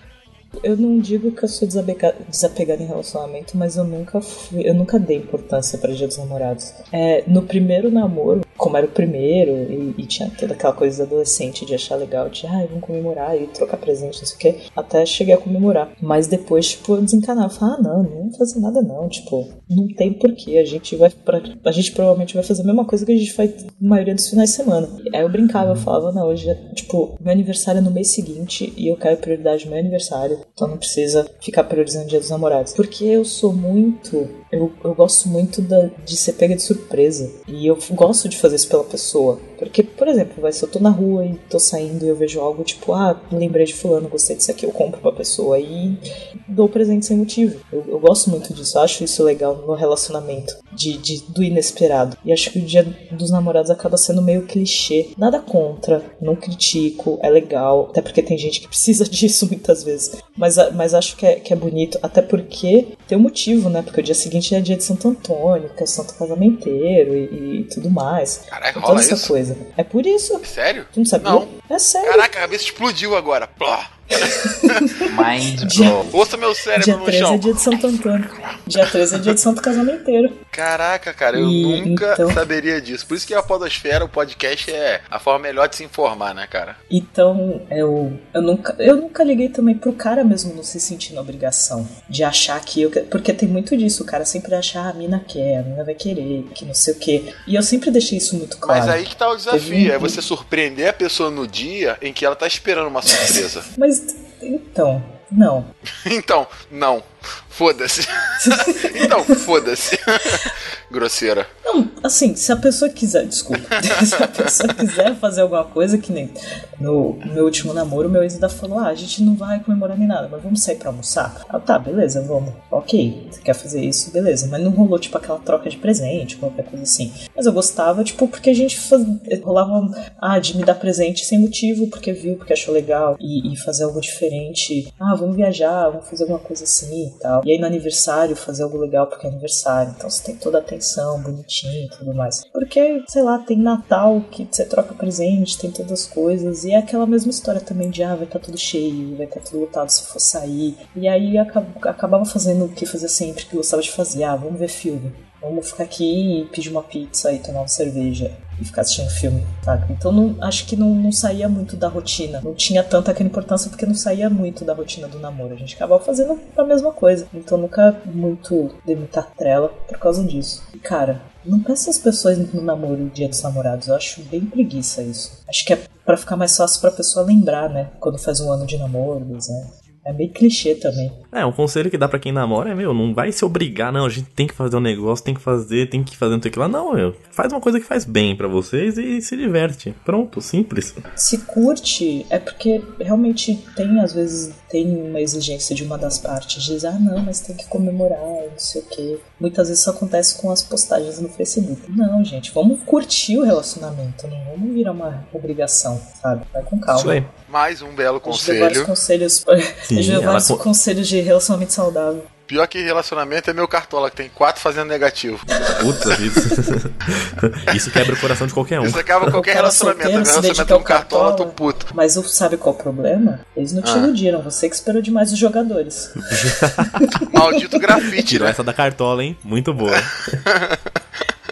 Eu não digo que eu sou desabega- desapegada em relacionamento, mas eu nunca fui, eu nunca dei importância para Dia dos Namorados. É, no primeiro namoro, como era o primeiro, e, e tinha toda aquela coisa adolescente de achar legal, de ai, vamos comemorar e trocar presente, não sei o quê, até cheguei a comemorar. Mas depois, tipo, eu desencanava, falar, ah, não, não vamos fazer nada não, tipo, não tem porquê, a gente vai pra, a gente provavelmente vai fazer a mesma coisa que a gente faz na maioria dos finais de semana. Aí eu brincava, eu falava, não, hoje é, tipo, meu aniversário é no mês seguinte e eu quero prioridade no meu aniversário, então não precisa ficar priorizando o dia dos namorados. Porque eu sou muito, eu, eu gosto muito da- de ser pega de surpresa e eu f- gosto de fazer isso pela pessoa. Porque, por exemplo, vai, se eu tô na rua e tô saindo e eu vejo algo tipo, ah, lembrei de fulano, gostei disso aqui, eu compro pra pessoa e dou presente sem motivo. Eu, eu gosto muito disso, eu acho isso legal no relacionamento, de, de- do inesperado. E acho que o dia dos namorados acaba sendo meio clichê. Nada contra, não critico, é legal, até porque tem gente que precisa (laughs) disso muitas vezes. Mas, a- mas acho que é, que é bonito, até porque tem um motivo, né? Porque o dia seguinte é dia de Santo Antônio, que é o santo casamenteiro e, e tudo mais. Então,
Caraca,
Toda
rola
essa
isso?
coisa. É por isso.
Sério?
Tu não sabia?
Não.
É sério.
Caraca, a cabeça explodiu agora. Plá.
(laughs) Mind
Dia-
blow.
Ouça meu cérebro
Dia
no
13 é
chão.
dia de Santo Antônio. Dia 13 é dia de Santo Casamenteiro.
Caraca, cara, eu
Ih,
nunca
então.
saberia disso. Por isso que a Podosfera, o podcast, é a forma melhor de se informar, né, cara?
Então, eu, eu, nunca, eu nunca liguei também pro cara mesmo não se sentir na obrigação de achar que eu. que- Porque tem muito disso, o cara sempre acha, ah, a mina quer, a mina vai querer, que não sei o quê. E eu sempre deixei isso muito claro.
Mas aí que tá o
Teve
desafio,
um-
é você surpreender a pessoa no dia em que ela tá esperando uma surpresa.
Mas, então, não.
Então, não.
(laughs)
Foda-se. então, foda-se. Grosseira.
Não, assim, se a pessoa quiser, desculpa, (laughs) se a pessoa quiser fazer alguma coisa, que nem no meu último namoro, meu ex ainda falou: ah, a gente não vai comemorar nem nada, mas vamos sair pra almoçar? Ah, tá, beleza, vamos. Ok, você quer fazer isso, beleza. Mas não rolou, tipo, aquela troca de presente, qualquer coisa assim. Mas eu gostava, tipo, porque a gente faz... rolava, ah, de me dar presente sem motivo, porque viu, porque achou legal, e, e fazer algo diferente. Ah, vamos viajar, vamos fazer alguma coisa assim e tal. E aí no aniversário, fazer algo legal, porque é aniversário. Então você tem toda a atenção, bonitinho e tudo mais. Porque, sei lá, tem Natal que você troca presente, tem todas as coisas. E é aquela mesma história também de, ah, vai estar tudo cheio, vai estar tudo lotado se for sair. E aí acab acabava fazendo o que fazia sempre, que gostava de fazer. Ah, vamos ver filme. Vamos ficar aqui e pedir uma pizza e tomar uma cerveja e ficar assistindo filme, sabe? Então não, acho que não, não saía muito da rotina. Não tinha tanta aquela importância porque não saía muito da rotina do namoro. A gente acabava fazendo a mesma coisa. Então nunca muito dei muita trela por causa disso. E cara, não peça as pessoas no namoro no dia dos namorados. Eu acho bem preguiça isso. Acho que é pra ficar mais fácil pra pessoa lembrar, né? Quando faz um ano de namoro, dois anos. É meio clichê também.
É, um conselho que dá pra quem namora é, meu, não vai se obrigar, não, a gente tem que fazer um negócio, tem que fazer, tem que fazer não sei o que lá. Não, meu, faz uma coisa que faz bem pra vocês e se diverte. Pronto, simples.
se curte é porque realmente tem, às vezes, tem uma exigência de uma das partes. Diz, ah, não, mas tem que comemorar, não sei o quê. Muitas vezes isso acontece com as postagens no Facebook. Não, gente, vamos curtir o relacionamento, não vamos virar uma obrigação, sabe? Vai com calma.
Isso aí.
Mais um belo
A gente deu vários
conselho.
conselhos, (laughs) pra- a gente
Sim,
deu
ela
vários
co-
conselhos de relacionamento saudável.
Pior que relacionamento é meu cartola, que tem quatro fazendo negativo.
Puta vida. (laughs) Isso quebra o coração de qualquer um.
Isso acaba qualquer
cara
relacionamento.
solteiro
Meu
se
relacionamento
dedica
é
ao
um cartola, eu tô
cartola.
puto.
Mas eu- sabe qual é o problema? Eles não te
Ah.
iludiram, você que esperou demais os
(laughs)
jogadores.
Maldito grafite,
Tirou
né?
essa da cartola, hein? Muito boa.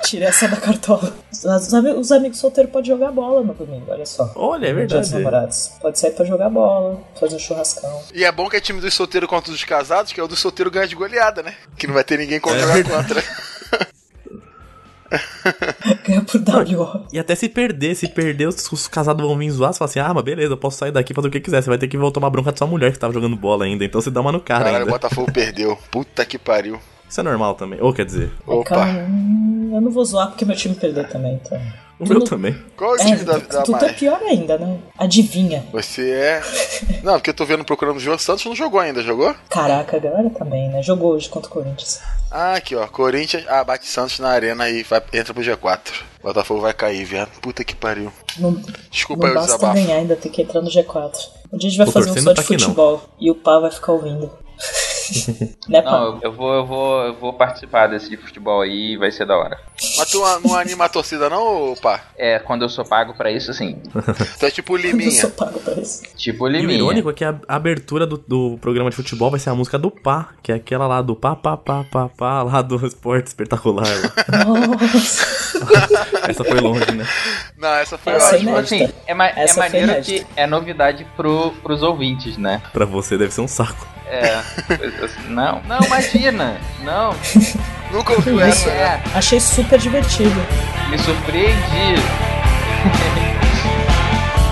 Tira essa da cartola. Os, ami- os amigos solteiros podem jogar bola no domingo, olha só.
Olha, é
Dia dos
verdade.
namorados. Pode sair pra jogar bola, fazer um churrascão. (laughs)
E é bom que é time dos solteiros contra os casados, que é o dos solteiros ganha de goleada, né? Que não vai ter ninguém contra
É
jogar
verdade. (laughs)
contra.
Ganhar por WO.
E até se perder, se perder, os, os casados vão vir zoar, você fala assim, ah, mas beleza, eu posso sair daqui e fazer o que quiser. Você vai ter que voltar uma bronca de sua mulher que tava jogando bola ainda, então você dá uma no cara
Caralho, o
ainda.
Botafogo perdeu. Puta que pariu.
Isso é normal também. Ou quer dizer,
Opa.
Cara, hum, eu não vou zoar porque meu time perdeu também, então.
o
Tu
meu
não-
também.
Qual é o time da, da
tu tá
Mai?
pior ainda, né? Adivinha.
Você é. Não, porque eu tô vendo procurando o João Santos, não jogou ainda, jogou?
Caraca, a galera também, né? Jogou hoje contra o Corinthians.
Ah, aqui ó, Corinthians, ah, bate Santos na arena e vai, entra pro G4. Botafogo vai cair, viado. Puta que pariu.
Não, não
Desculpa aí o
basta
desabafo.
ganhar, ainda tem que entrar no G4. Um dia a gente vai
Tô
fazer um
torcendo
só de
pra que não.
futebol e o pá vai ficar
(laughs)
ouvindo. né, pá?
Não, eu- eu vou, eu vou, eu vou participar desse de futebol aí e vai ser da hora.
Mas tu a- não anima a torcida, não, ô pá?
É, quando eu sou pago pra isso, assim,
Tu é tipo o
Eu sou
Liminha.
pago pra isso.
tipo
E o
liminha.
irônico é que a abertura do, do programa de futebol vai ser a música do Pá, que é aquela lá do Pá, Pá, Pá, Pá, Pá, lá do Esporte Espetacular. lá.
Nossa.
Essa foi longe, né?
Não, essa foi
Essa
ótima.
aí
Tipo
não.
assim, é, ma é
Essa foi
maneiro
inédita.
que é novidade pro, pros ouvintes, né?
Pra você deve ser um saco.
É. (laughs) assim, não, não, imagina!
(laughs)
Não,
Nunca ouviu essa, né?
é,
Achei super divertido.
é.
me surpreendi.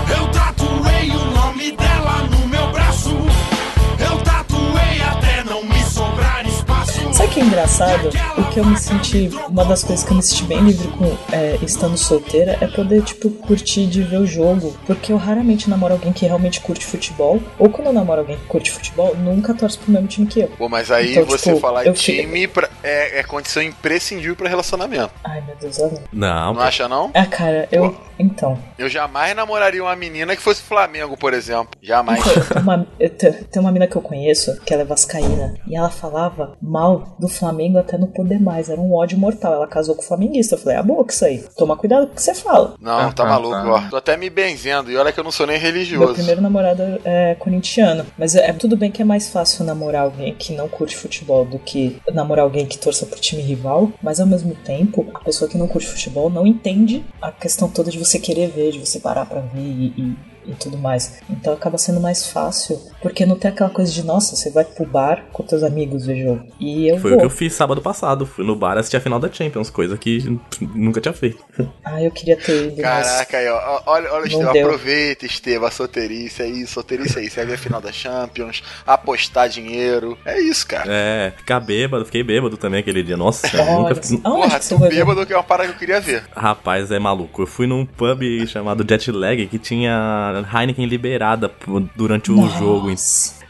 Eu tatuei o nome dela no meu braço. Eu tatuei até não me sobrar espaço.
Sabe o que é engraçado? O que eu me senti. Uma das coisas que eu me senti bem livre com é, estando solteira é poder, tipo, curtir de ver o jogo. Porque eu raramente namoro alguém que realmente curte futebol. Ou quando eu namoro alguém que curte futebol, nunca torce pro mesmo time que eu.
Pô, mas aí
Então,
você
tipo,
falar em
eu fi-
time pra- é, é condição imprescindível pra relacionamento.
Ai, meu Deus, olha.
Não,
Não acha, não?
Ah, cara, eu. Então.
Eu jamais namoraria uma menina que fosse Flamengo, por exemplo. Jamais.
Então, tem uma- eu te- tem uma mina que eu conheço, que ela é vascaína, e ela falava mal do Flamengo até não poder mais. Era um ódio mortal. Ela casou com o flamenguista. Eu falei, ah, boa que isso aí. Toma cuidado com o que você fala.
Não, tá
Ah,
maluco,
tá.
ó. Tô até me benzendo, e olha que eu não sou nem
Meu
religioso.
primeiro namorado é corintiano. Mas é tudo bem que é mais fácil namorar alguém que não curte futebol do que namorar alguém que torça pro time rival. Mas ao mesmo tempo, a pessoa que não curte futebol não entende a questão toda de você querer ver, de você parar pra ver e. e- e tudo mais. Então acaba sendo mais fácil, porque não tem aquela coisa de, nossa, você vai pro bar com teus amigos ver jogo. E eu
Foi
vou.
o que eu fiz sábado passado. Fui no bar assistir a final da Champions, coisa que nunca tinha feito.
Ah, eu queria ter ido. mas-
Caraca, aí, ó. Olha, olha o
Não
Estevão.
deu.
Aproveita, Estevão. A solteirice é isso, solteirice é isso. É ver a final da Champions, apostar dinheiro. É isso, cara.
É, ficar bêbado, fiquei bêbado também aquele dia.
(laughs)
Nossa, eu
Olha,
nunca.
aonde
Porra,
que você
tu
foi ver?
bêbado que é uma parada que eu queria ver.
Rapaz, é maluco. Eu fui num pub chamado Jet Lag que tinha Heineken liberada p- durante o
Nossa.
jogo.
um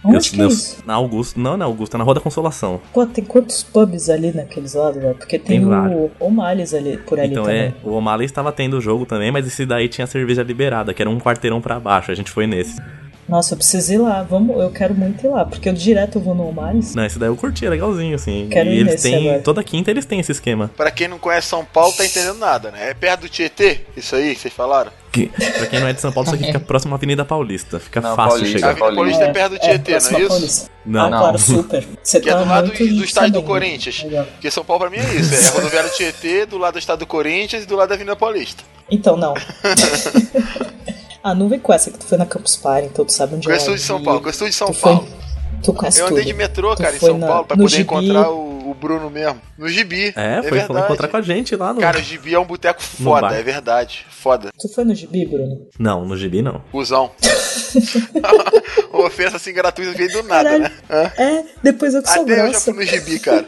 Onde
Eu-
que é
eu-
isso?
Na Augusta. Não, na Augusta, na Rua da Consolação.
Pô, tem quantos pubs ali naqueles lados, velho? Porque tem,
Tem
o
vários.
O'Malley's ali por ali
então
também.
é, o O'Malley estava tendo o jogo também, mas esse daí tinha cerveja liberada, que era um quarteirão pra baixo. A gente foi nesse.
Nossa, eu preciso ir lá. Vamos, eu quero muito ir lá, porque eu direto vou no O'Malley's.
Não, esse daí eu curti, é legalzinho, assim.
Quero
e
ir
eles
nesse
têm.
agora.
Toda quinta eles têm esse esquema.
Pra quem não conhece São Paulo, tá entendendo nada, né? É perto do Tietê, isso aí que vocês falaram?
Que, pra quem não é de São Paulo, isso aqui fica próximo à Avenida Paulista. Fica
Não,
fácil
Paulista.
A
chegar.
Avenida
Paulinho.
Paulista é perto do Tietê, não
próximo
é
à
isso?
Paulista.
Não,
ah,
não.
claro, super. Você
(laughs) Que é
tá
do lado
muito
do estádio do
sabendo.
Corinthians.
Legal.
Porque São Paulo pra mim é isso, é a rodoviária do Tietê, do lado do estado do Corinthians e do lado da Avenida Paulista.
Então,
(laughs)
não. ah, não vem com essa que tu foi na Campus Party, então tu sabe onde é.
Conheço o de São Paulo, conheço o de São
Tu foi-
Paulo.
Tu conhece
Eu
tudo.
andei de metrô,
Tu
cara, em
foi
São
na-
Paulo, pra
no
poder
gibi.
encontrar o, o Bruno mesmo. No Gibi.
É, foi falar- encontrar com a gente lá no.
Cara, o Gibi é um boteco
No
foda,
bar.
é verdade. Foda.
Tu foi no Gibi, Bruno?
Não, no gibi não.
Cusão.
(laughs)
Uma ofensa assim gratuita veio do nada,
Caralho.
né? Hã?
É, depois eu que sou
Até eu já
grossa.
fui no Gibi, cara.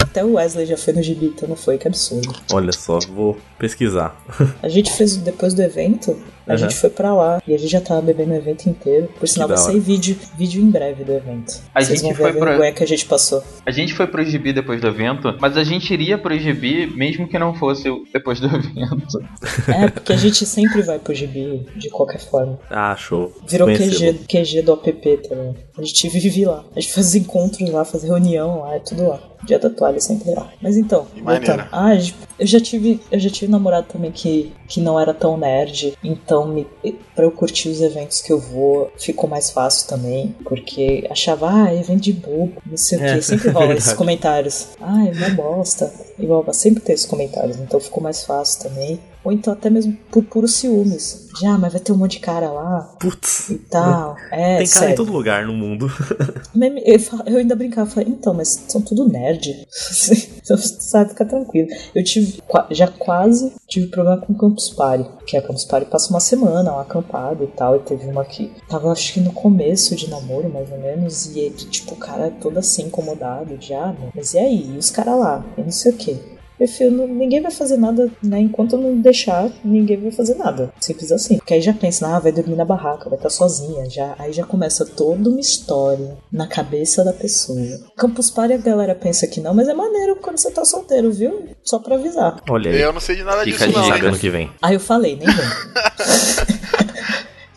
Até o Wesley já foi no Gibi, então não foi, que absurdo.
Olha só, vou pesquisar.
A gente fez depois do evento, a
Aham.
gente foi pra lá e a gente já tava bebendo o evento inteiro. Por sinal,
da
vai sair vídeo, vídeo em breve do evento.
A
Vocês
gente
vão ver
foi
a
pro-
vergonha que a gente passou.
A gente foi pro Gibi depois do evento, mas a gente iria pro Gibi mesmo que não fosse o- depois do (laughs) evento.
É, porque a gente sempre vai pro gibi de qualquer forma.
Ah, show.
Virou
Conhecê-lo.
QG, QG do OPP também. A gente vive lá. A gente faz encontros lá, faz reunião lá, é tudo lá. Dia da toalha é sempre lá. Mas então,
Que maneiro.
voltando. Ah, a gente- eu já tive, eu já tive namorado também que, que não era tão nerd. Então Então, me, pra eu curtir os eventos que eu vou, ficou mais fácil também. Porque achava, ah, evento de bobo, não sei
É,
o quê. Sempre
é
rola
(laughs) verdade.
esses comentários. Ah, é uma bosta. E blá, blá, sempre tem esses comentários. Então ficou mais fácil também. Ou então até mesmo por puros ciúmes. Já, mas vai ter um monte de cara lá
Putz.
e tal. É,
Tem cara
sério.
em todo lugar no mundo. (laughs)
Meme- Eu, fa- eu ainda brincava, falei, então, mas são tudo nerd. (laughs) Então, sabe, fica tranquilo. Eu tive, qua- já quase tive problema com Campus Party, que a Campus Party passa uma semana, uma acampada e tal, e teve uma que tava, acho que no começo de namoro, mais ou menos, e ele, tipo, o cara todo assim, incomodado, de, ah, mas e aí? E os caras lá? E não sei o quê. Eu falei, não- ninguém vai fazer nada, né? Enquanto eu não deixar, ninguém vai fazer nada. Simples assim. Porque aí já pensa, ah, vai dormir na barraca, vai estar sozinha. já Aí já começa toda uma história na cabeça da pessoa. Campus Party a galera pensa que não, mas é maneiro quando você tá solteiro, viu? Só pra avisar.
Olha aí.
Eu não sei de nada
Fica
disso, não.
a
hein?
dica.
Sabe ano que vem.
Aí eu falei, nem vem. (laughs)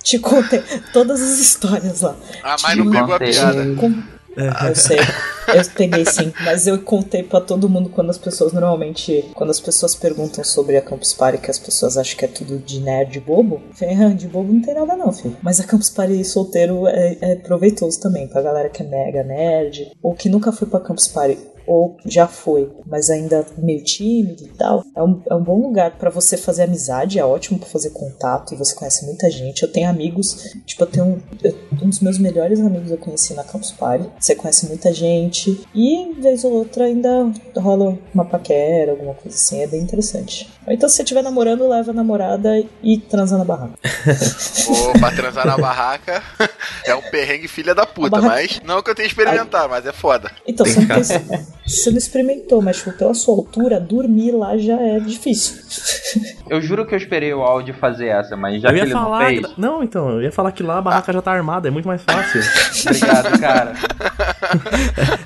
Te contei todas as histórias lá.
A mãe Ah, não pegou a
Contei.
piada.
Com- Eu sei. Eu peguei sim, mas eu contei pra todo mundo quando as pessoas normalmente, quando as pessoas perguntam sobre a Campus Party, que as pessoas acham que é tudo de nerd bobo, eu falei, "Ah, de bobo não tem nada não, filho. Mas a Campus Party solteiro é, é proveitoso também pra galera que é mega nerd ou que nunca foi pra Campus Party ou já foi, mas ainda meio tímido e tal. É um, é um bom lugar pra você fazer amizade, é ótimo pra fazer contato e você conhece muita gente. Eu tenho amigos, tipo, eu tenho um, eu- um dos meus melhores amigos eu conheci na Campus Party. Você conhece muita gente e, vez ou outra, ainda rola uma paquera, alguma coisa assim. É bem interessante. Ou então, se você estiver namorando, leva a namorada e transa na barraca.
Pô, pra transar na barraca (laughs) é um perrengue filha da puta,
A barra-
mas não que eu tenha experimentado, mas é foda.
Então, você não, tem- você não experimentou, mas, tipo, pela sua altura, dormir lá já é difícil. (laughs)
Eu juro que eu esperei o áudio fazer essa, mas já
eu
que
ia
ele não
falar. que-
fez.
Não, então, eu ia falar que lá a barraca já tá armada, é muito mais fácil.
Tá
Obrigado, cara.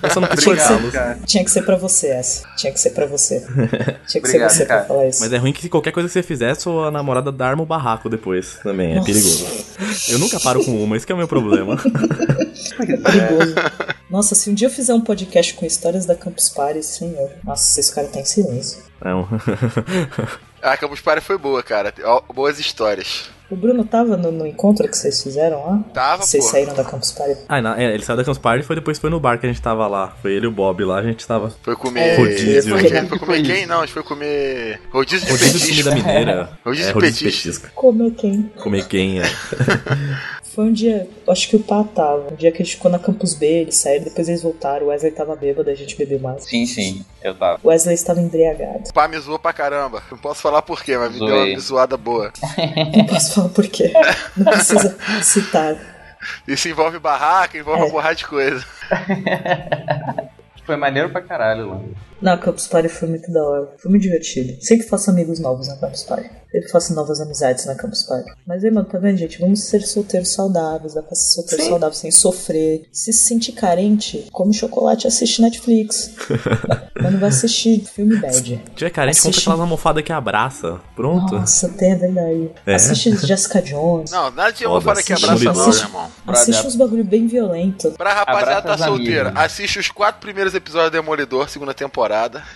Eu só não quis
Obrigado,
forçá-los.
cara.
Tinha que ser pra você essa. Tinha que ser pra você. Tinha que
Obrigado,
ser você
cara.
pra falar isso.
Mas é ruim que qualquer coisa que você fizer, sua namorada dá arma o barraco depois também. É
Nossa.
perigoso. Eu nunca paro com uma, esse que é o meu problema. (laughs)
é Perigoso. Nossa, se um dia eu fizer um podcast com histórias da Campus Party, senhor. Nossa, esse cara tá em silêncio.
Não. (laughs)
A Campus Party foi boa, cara. Ó, Boas histórias.
O Bruno tava no, no encontro que vocês fizeram lá?
Tava,
Vocês
pô.
saíram da Campus Party?
Ah, não, é, ele saiu da Campus Party e foi depois foi no bar que a gente tava lá. Foi ele e o Bob lá, a gente tava.
Foi comer.
Rodízio.
Como é que é?
Que
Foi
que
comer
foi
quem?
isso?
Não, a gente foi comer. Rodízio de
Rodízio de
petisco.
comida mineira.
Rodízio
é,
de
rodízio de
petisco.
petisco.
Como é quem?
Comer quem é.
Foi um dia, acho que o Pá tava. Um dia que a gente ficou na Campus B, eles saíram, depois eles voltaram. O Wesley tava bêbado, a gente bebeu mais.
Sim, sim, eu tava.
O Wesley estava embriagado.
O pá me zoou pra caramba. Não posso falar por quê, mas me deu
Zoei.
uma zoada boa.
Não posso falar por quê. Não precisa citar.
Isso envolve barraca, envolve
É.
uma porrada de coisa.
Foi maneiro pra caralho, mano.
Não, a Campus Party foi muito da hora. Foi muito divertido. Sempre faço amigos novos na Campus Party. Sempre faço novas amizades na Campus Party. Mas, aí, mano, tá vendo, gente? Vamos ser solteiros saudáveis. Dá pra ser solteiro saudável sem sofrer. Se se sentir carente, come chocolate e assiste Netflix. Mas não vai assistir filme bad.
Se tiver carente, compra
Assiste.
aquelas almofadas que abraça. Pronto.
Nossa, tem, é verdade.
É.
Assiste Jessica Jones.
Não, nada de eu
Foda,
vou falar que é
assiste
abraça não,
Demolidor.
meu irmão.
assiste uns bagulho bem violento.
Pra rapaziada
Abraça
tá
né? as amigas.
solteira, assiste os quatro primeiros episódios do Demolidor, segunda temporada.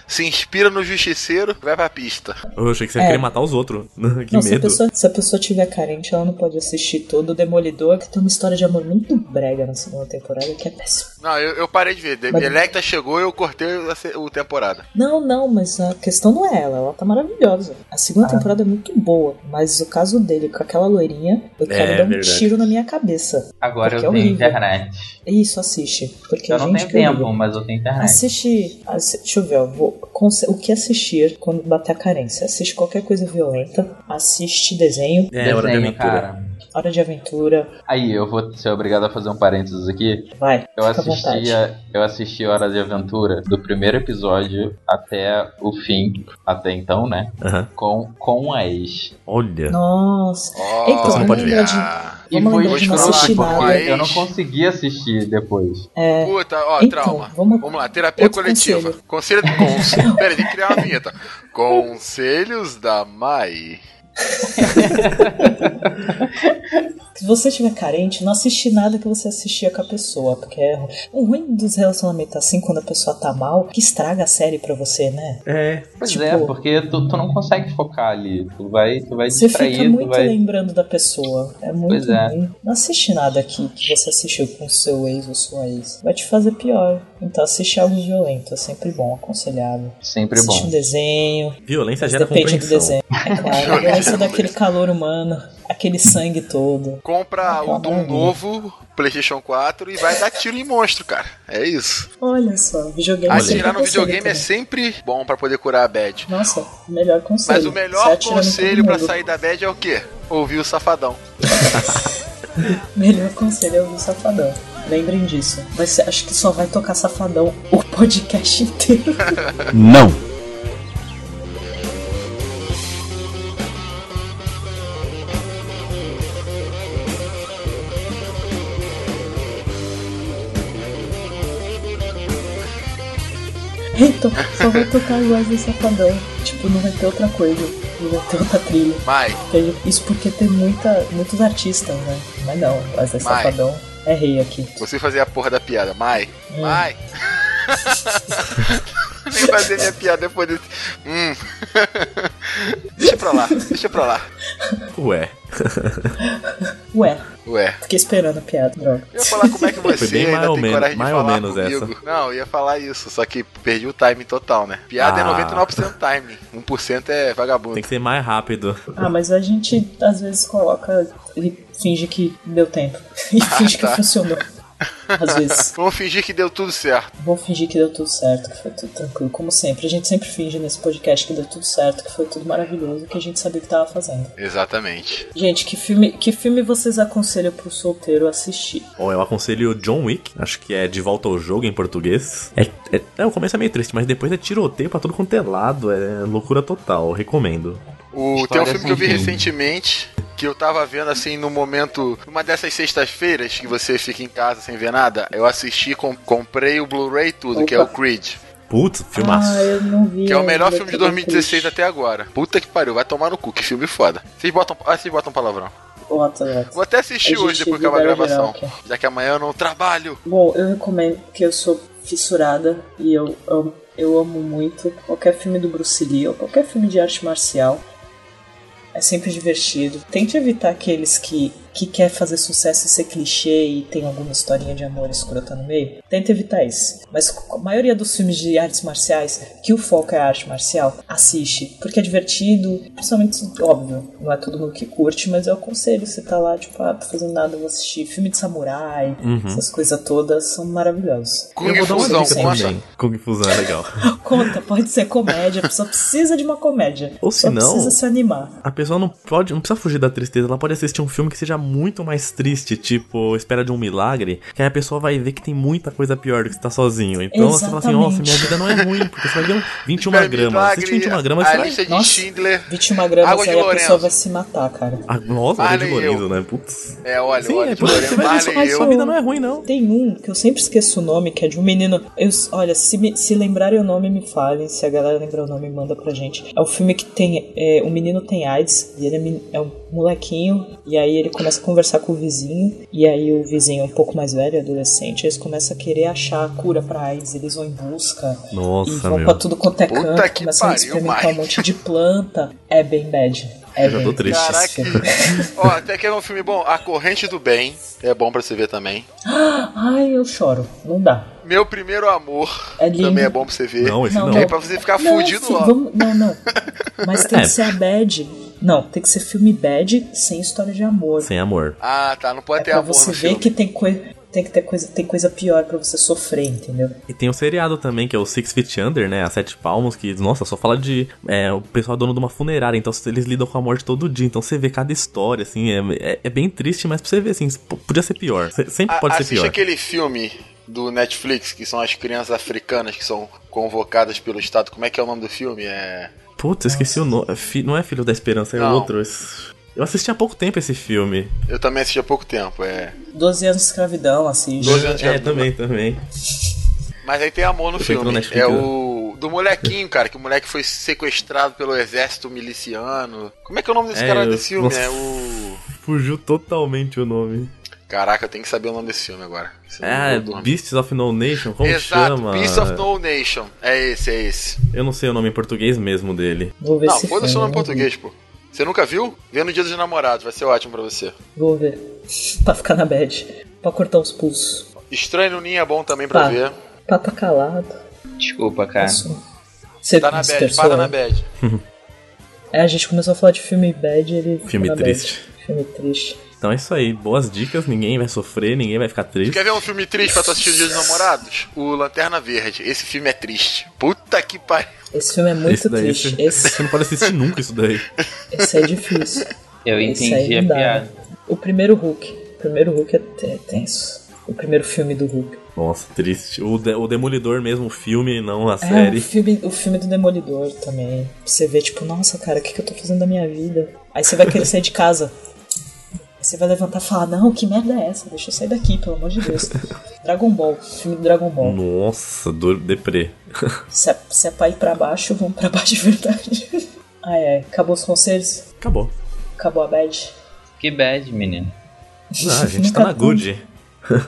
Se inspira no Justiceiro, vai pra pista.
Eu achei que você ia
É.
querer matar os outros. (laughs) que
não, Se a,
medo.
pessoa, se a pessoa tiver carente, ela não pode assistir todo o Demolidor, que tem uma história de amor muito brega na segunda temporada, que é péssima.
Não, eu, eu parei de ver.
Mas-
Electa chegou e eu cortei a se- o temporada.
Não, não, mas a questão não é ela, ela tá maravilhosa. A
Ah.
segunda temporada é muito boa, mas o caso dele com aquela loirinha, eu quero
É,
dar um
verdade.
tiro na minha cabeça.
Agora eu
Porque é
tenho
horrível.
internet.
Isso, assiste. Porque
Eu
gente Assim,
não tenho
que
tempo,
liga.
mas eu tenho internet.
Assiste. assi- Deixa eu ver, eu vou, conse- o que assistir quando bater a carência? Assiste qualquer coisa violenta, assiste desenho,
É, hora de aventura.
cara.
hora de aventura,
Aí, eu vou ser obrigado a fazer um parênteses aqui.
vai.
Eu
fica à vontade.
assisti, a, eu assisti Hora de Aventura do primeiro episódio até o fim, até então, né?
Aham.
Com, com a ex.
Olha.
Nossa.
Oh,
Então,
Você não pode
ver.
Ah,
E
Vamos
foi
lembrar de não
escroto,
assistir
porque
nada.
eu não consegui assistir depois.
Puta, ó,
Então,
trauma.
vamos-
Vamos... lá, terapia
Outro
coletiva.
(laughs)
Conselho, do conselho. Pera, tem que criar uma vinheta. Conselhos da Mai.
Se você estiver carente, não assiste nada que você assistia com a pessoa, porque é o ruim dos relacionamentos assim, quando a pessoa tá mal, que estraga a série pra você, né?
É,
Pois
Tipo-
é, porque tu, tu não consegue focar ali. Tu vai, tu vai
Você fica
distrair, tu
muito
vai.
lembrando da pessoa. É muito
Pois é.
ruim. Não assiste nada aqui que você assistiu com seu ex ou sua ex. Vai te fazer pior. Então assiste algo violento, é sempre bom, aconselhável.
Sempre
Assiste um
bom.
desenho,
violência gera
depende do
compreensão.
desenho. É claro,
(laughs)
gosta daquele calor humano, aquele sangue todo.
Compra o
Ah, Caralho.
Doom novo, PlayStation 4 e vai dar tiro em monstro, cara. É isso.
Olha só, videogame é sempre
Atirar no
conselho
videogame é
também.
sempre bom pra poder curar a bad.
Nossa, o melhor conselho.
Mas o
Você
melhor
atira em todo
conselho pra
mundo.
sair da bad é o quê? Ouvir o safadão.
(laughs) Melhor conselho é ouvir Safadão. Lembrem disso. Vai ser- acho que só vai tocar Safadão o podcast inteiro.
Não.
Então, só vai tocar o Wesley Safadão. Tipo, não vai ter outra coisa. Não vai ter outra trilha.
Vai,
Entende? Isso porque tem muita, muitos artistas, né? Mas não, o Wesley
Vai.
Safadão é rei aqui.
você fazer a porra da piada. Mai,
É.
mai. (laughs) Nem fazer minha piada depois desse. Hum. (laughs) deixa pra lá, deixa pra lá.
Ué,
Ué,
Ué.
fiquei esperando a piada, droga.
Eu ia falar como é que
Foi
você
bem mais
ainda
ou
tem
menos-
coragem de
mais ou
falar
menos
comigo. Não, eu ia falar isso, só que perdi o time total, né? Piada
Ah.
é 99% time, 1% é vagabundo. (laughs)
tem que ser mais rápido.
Ah, mas a gente às vezes coloca e finge que deu tempo. (laughs) E
Ah,
finge
tá.
que
(laughs)
funcionou. Às vezes.
Vamos fingir que deu tudo certo.
Vou fingir que deu tudo certo, que foi tudo tranquilo, como sempre. A gente sempre finge nesse podcast que deu tudo certo, que foi tudo maravilhoso, que a gente sabia o que tava fazendo.
Exatamente.
Gente, que filme, que filme vocês aconselham pro solteiro assistir?
Ou eu aconselho John Wick, acho que é De Volta ao Jogo em português. É, é- é, o começo é meio triste, mas depois é tiroteio pra tudo quanto é lado, é loucura total, recomendo.
O,
História
tem um filme que eu vi
sem fim.
recentemente, que eu tava vendo assim no momento. Uma dessas sextas-feiras que você fica em casa sem ver nada, eu assisti, com, comprei o Blu-ray e tudo, que é o
Opa.
Creed.
Putz, filmaço.
Ah, eu não vi.
Que é o melhor
ainda,
filme de
tô bem
2016
triste.
até agora. Puta que pariu, vai tomar no cu, que filme foda. Vocês botam, ah, vocês botam palavrão.
Bota, bota.
Vou até assistir
A
hoje
gente
depois que acabar a
libera
gravação.
geral
Já que amanhã eu não trabalho.
Bom, eu recomendo que eu sou fissurada e eu amo, eu amo muito qualquer filme do Bruce Lee ou qualquer filme de arte marcial. É sempre divertido. Tente evitar aqueles que, que quer fazer sucesso e ser clichê e tem alguma historinha de amor escrota no meio. Tenta evitar isso. Mas co- a maioria dos filmes de artes marciais, que o foco é a arte marcial, assiste. Porque é divertido, principalmente, óbvio, não é todo mundo que curte, mas eu aconselho. Você tá lá, tipo, ah, tô fazendo nada, vou assistir. Filme de samurai, essas coisas todas são maravilhosas.
Kung
Uhum. eu vou dar uma
Fusão,
dica
conta.
também. Kung Fusão é legal.
Conta, pode ser comédia, só precisa de uma comédia.
Ou
só
se não-
precisa se animar.
A pessoa não pode, não precisa fugir da tristeza, ela pode assistir um filme que seja muito mais triste, tipo Espera de um Milagre, que aí a pessoa vai ver que tem muita coisa pior do que estar sozinho. Então você fala assim,
Exatamente.
nossa, minha vida não é ruim, porque você vai ver um 21
Vai me
gramas.
dar
Assiste 21
alegria.
gramas,
A
você vai...
lista de
Nossa.
Schindler.
21 gramas
Água de
aí a
Lourenço.
pessoa vai se matar, cara.
Ah, nossa,
Marley
olha de
e eu.
Lorenzo, né? Putz.
É, olha,
Sim,
olha,
é por isso que você vai ver,
Marley
sua-
e eu.
sua vida não é ruim, não.
Tem um que eu sempre esqueço o nome, que é de um menino. Eu, olha, se, me- se lembrarem o nome, me falem. Se a galera lembrar o nome, manda pra gente. É o filme que tem. É, o menino tem AIDS, e ele é, men- é um molequinho, e aí ele começa a conversar com o vizinho, e aí o vizinho é um pouco mais velho, adolescente, eles começam a querer achar a cura pra AIDS, eles vão em busca. e
Nossa,
vão
meu.
pra tudo quanto é
Puta
canto,
que
começam a
pariu,
experimentar um
Mike.
monte de planta. É bem bad. É
Eu já
bem
tô triste.
esse
Caraca.
filme.
(laughs)
Ó, até que é um filme bom. A Corrente do Bem. É bom pra você ver também.
Ai, eu choro. Não dá.
Meu Primeiro Amor.
É lindo.
Também é bom pra você ver.
Não, esse
Não,
não.
Que é pra você ficar fudido
sim,
logo.
vamos- não,
(laughs)
não. Mas tem
É.
que ser a bad. Não, tem que ser filme bad sem história de amor.
Sem amor.
Ah, tá. Não pode
é
ter
pra
amor
você
no
ver
filme.
que tem coisa. Tem que ter coisa, tem coisa pior pra você sofrer, entendeu?
E tem o seriado também, que é o Six Feet Under, né? A Sete Palmos, que, nossa, só fala de. É, o pessoal é dono de uma funerária, então eles lidam com a morte todo dia. Então você vê cada história, assim, é, é, é bem triste, mas pra você ver, assim, p- podia ser pior. Se- Sempre
A-
pode ser
assiste
pior.
aquele filme do Netflix, que são as crianças africanas que são convocadas pelo Estado. Como é que é o nome do filme? É.
Putz, eu esqueci o nome. É fi- Não é Filho da Esperança, é
Não.
outro. Esse- Eu assisti há pouco tempo esse filme.
Eu também assisti há pouco tempo. É.
12 anos de escravidão, assim.
Doze anos de
é,
escravidão.
também, também.
Mas aí tem amor no
Eu tô entrando
filme.
na Netflix,
É
né?
o do, do molequinho, cara, que o moleque foi sequestrado pelo exército miliciano. Como é que é o nome desse
É,
cara
eu-
desse filme?
nossa.
É o.
Fugiu totalmente o nome.
Caraca, eu tenho que saber o nome desse filme agora. senão
Ah,
eu durmo.
Beasts of No Nation, como
Exato,
chama?
Beast of No Nation. É esse, é esse.
Eu não sei o nome em português mesmo dele.
Vou ver
Não,
se
foda-se o
foi,
nome em
né?
português, pô. Você nunca viu? Vê no Dia dos Namorados, vai ser ótimo pra você.
Vou ver. (laughs) pra ficar na bad. Pra cortar os pulsos.
Estranho no Ninho é bom também pra
Tá.
ver.
Papa calado.
Desculpa,
É.
cara.
Isso. Você
Tá na
se
bad,
dispersou,
para na
né?
bad.
É, a gente começou a falar de filme bad e ele.
Filme
tá na
triste.
bad. Filme triste.
Então é isso aí, boas dicas, ninguém vai sofrer, ninguém vai ficar
Tu
triste.
quer ver um filme triste pra tu assistir no Dia dos Namorados? O Lanterna Verde. Esse filme é triste. Puta que pariu.
Esse filme é muito
Esse daí
triste.
você, (laughs)
Esse,
você não
(laughs)
pode assistir nunca isso daí.
esse é
(laughs)
difícil.
Eu
Esse aí
entendi a
não dá,
piada.
né? O primeiro Hulk. O primeiro Hulk é te- é tenso. O primeiro filme do Hulk.
Nossa, triste. O, De- o Demolidor mesmo, o filme, não a
É, o
série.
filme, o filme do Demolidor também. Você vê, tipo, nossa, cara, o que, que eu tô fazendo da minha vida? Aí você vai querer sair de casa. Aí Você vai levantar e falar, não, que merda é essa? Deixa eu sair daqui, pelo amor de
(laughs)
Deus. Dragon Ball, filme do Dragon
Hum.
Ball.
Nossa, do deprê.
Se é, se é pra ir pra baixo, vamos pra baixo de verdade. (laughs) ah, é. Acabou os conselhos?
Acabou.
Acabou a bad?
Que bad, menino.
Ah, a gente tá na good.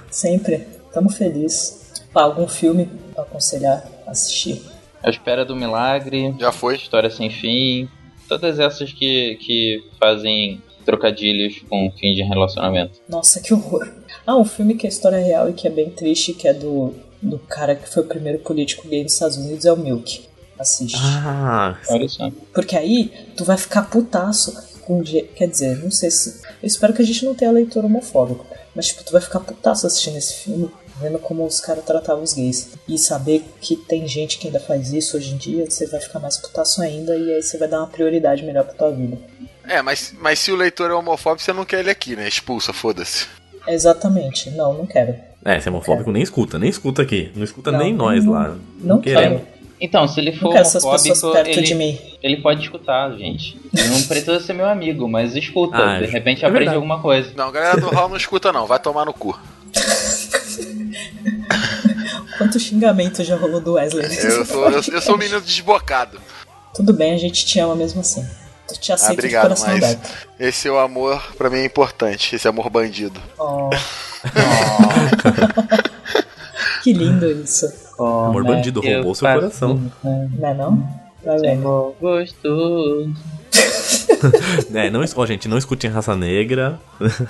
Sempre. Tamo feliz. Pá, algum filme pra aconselhar a assistir.
A Espera do Milagre,
Já foi.
História Sem Fim, todas essas que, que fazem trocadilhos com fim de relacionamento.
Nossa, que horror. Ah, um filme que é história real e que é bem triste, que é do, do cara que foi o primeiro político gay nos Estados Unidos, é o Milk. Assiste.
Ah,
Olha só.
Porque aí tu vai ficar putaço com ge- Quer dizer, não sei se. Eu espero que a gente não tenha leitor homofóbico. Mas, tipo, tu vai ficar putaço assistindo esse filme, vendo como os caras tratavam os gays. E saber que tem gente que ainda faz isso hoje em dia, você vai ficar mais putaço ainda e aí você vai dar uma prioridade melhor pra tua vida.
É, mas, mas se o leitor é homofóbico, você não quer ele aqui, né? Expulsa, foda-se.
Exatamente. Não, não quero.
é, você é homofóbico, nem escuta, nem escuta aqui. Não escuta
Não,
nem nós
não-
lá.
Não
queremos.
quero.
Então, se ele for
Não quero essas pessoas
homofóbico,
perto
ele,
de mim.
ele pode escutar, gente. Ele
(laughs)
não precisa ser meu amigo, mas escuta.
Ah,
de
é
repente
verdade.
aprende alguma coisa.
Não, a galera do Hall não escuta, não. Vai tomar no cu.
Quanto xingamento já rolou do Wesley?
Eu sou, eu, eu sou um menino desbocado.
Tudo bem, a gente te ama mesmo assim. Tu te aceita
obrigado,
de coração
mas-
aberto.
Esse seu amor, pra mim, é importante. Esse amor bandido. (laughs)
Oh. que lindo isso.
Amor bandido
Né? é Eu
roubou seu
faço
coração.
Não é não? Vai
um
vendo.
amor Gostoso.
É, não, es- ó, gente, não escutem raça negra,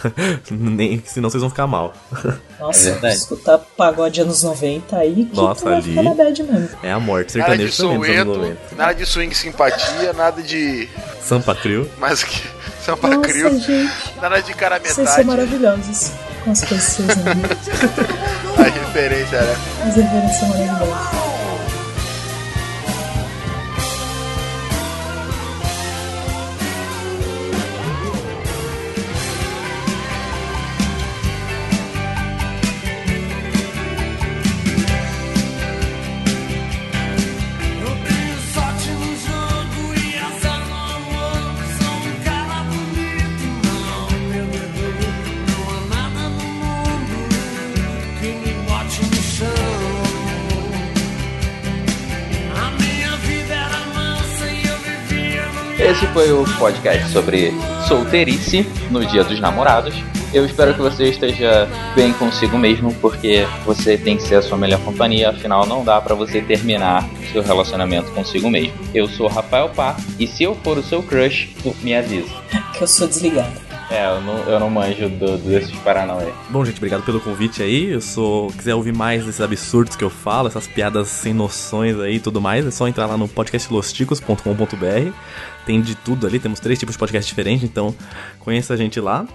(laughs) nem, senão vocês vão ficar mal. (laughs)
Nossa,
É verdade.
escutar pagode anos 90 aí que
Nossa,
tu vai
ali-
ficar na bad mesmo.
É a morte,
Nada de
sertanejo também dos anos
soweto,
90.
nada de swing simpatia, nada de.
Sampa Crio.
Mais o que? (laughs) Sampa
Nossa,
Crio,
gente,
nada de cara a
vocês são
Tá metade.
maravilhosos. Com as coisas que vocês amam.
A referência, né?
As referências são maravilhosas.
Eu tenho sorte no jogo e essa não Sou um cara bonito, não perdedor. Não há nada no mundo que me bote no chão. A minha vida era mansa e eu vivia no
Esse foi o podcast sobre solteirice no Dia dos Namorados. Eu espero que você esteja bem consigo mesmo, porque você tem que ser a sua melhor companhia, afinal não dá pra você terminar seu relacionamento consigo mesmo. Eu sou Rafael Pá, e se eu for o seu crush, tu me avisa.
Que eu sou desligada.
É, eu não, eu não manjo do, desses paranauê.
Bom, gente, obrigado pelo convite aí. Eu sou. Quiser ouvir mais desses absurdos que eu falo, essas piadas sem noções aí e tudo mais, é só entrar lá no podcastlosticos.com.br. Tem de tudo ali, temos três tipos de podcast diferentes, então conheça a gente lá.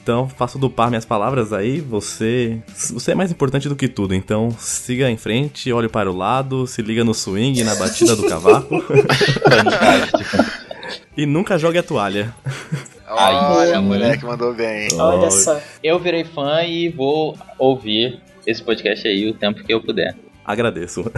Então, faço do par minhas palavras aí. Você, você é mais importante do que tudo. Então, siga em frente, olhe para o lado, se liga no swing, na batida do cavaco. e nunca jogue a toalha.
Olha,
sim.
moleque, mandou bem.
Olha
Olha.
só.
Eu virei fã e vou ouvir esse podcast aí o tempo que eu puder.
Agradeço.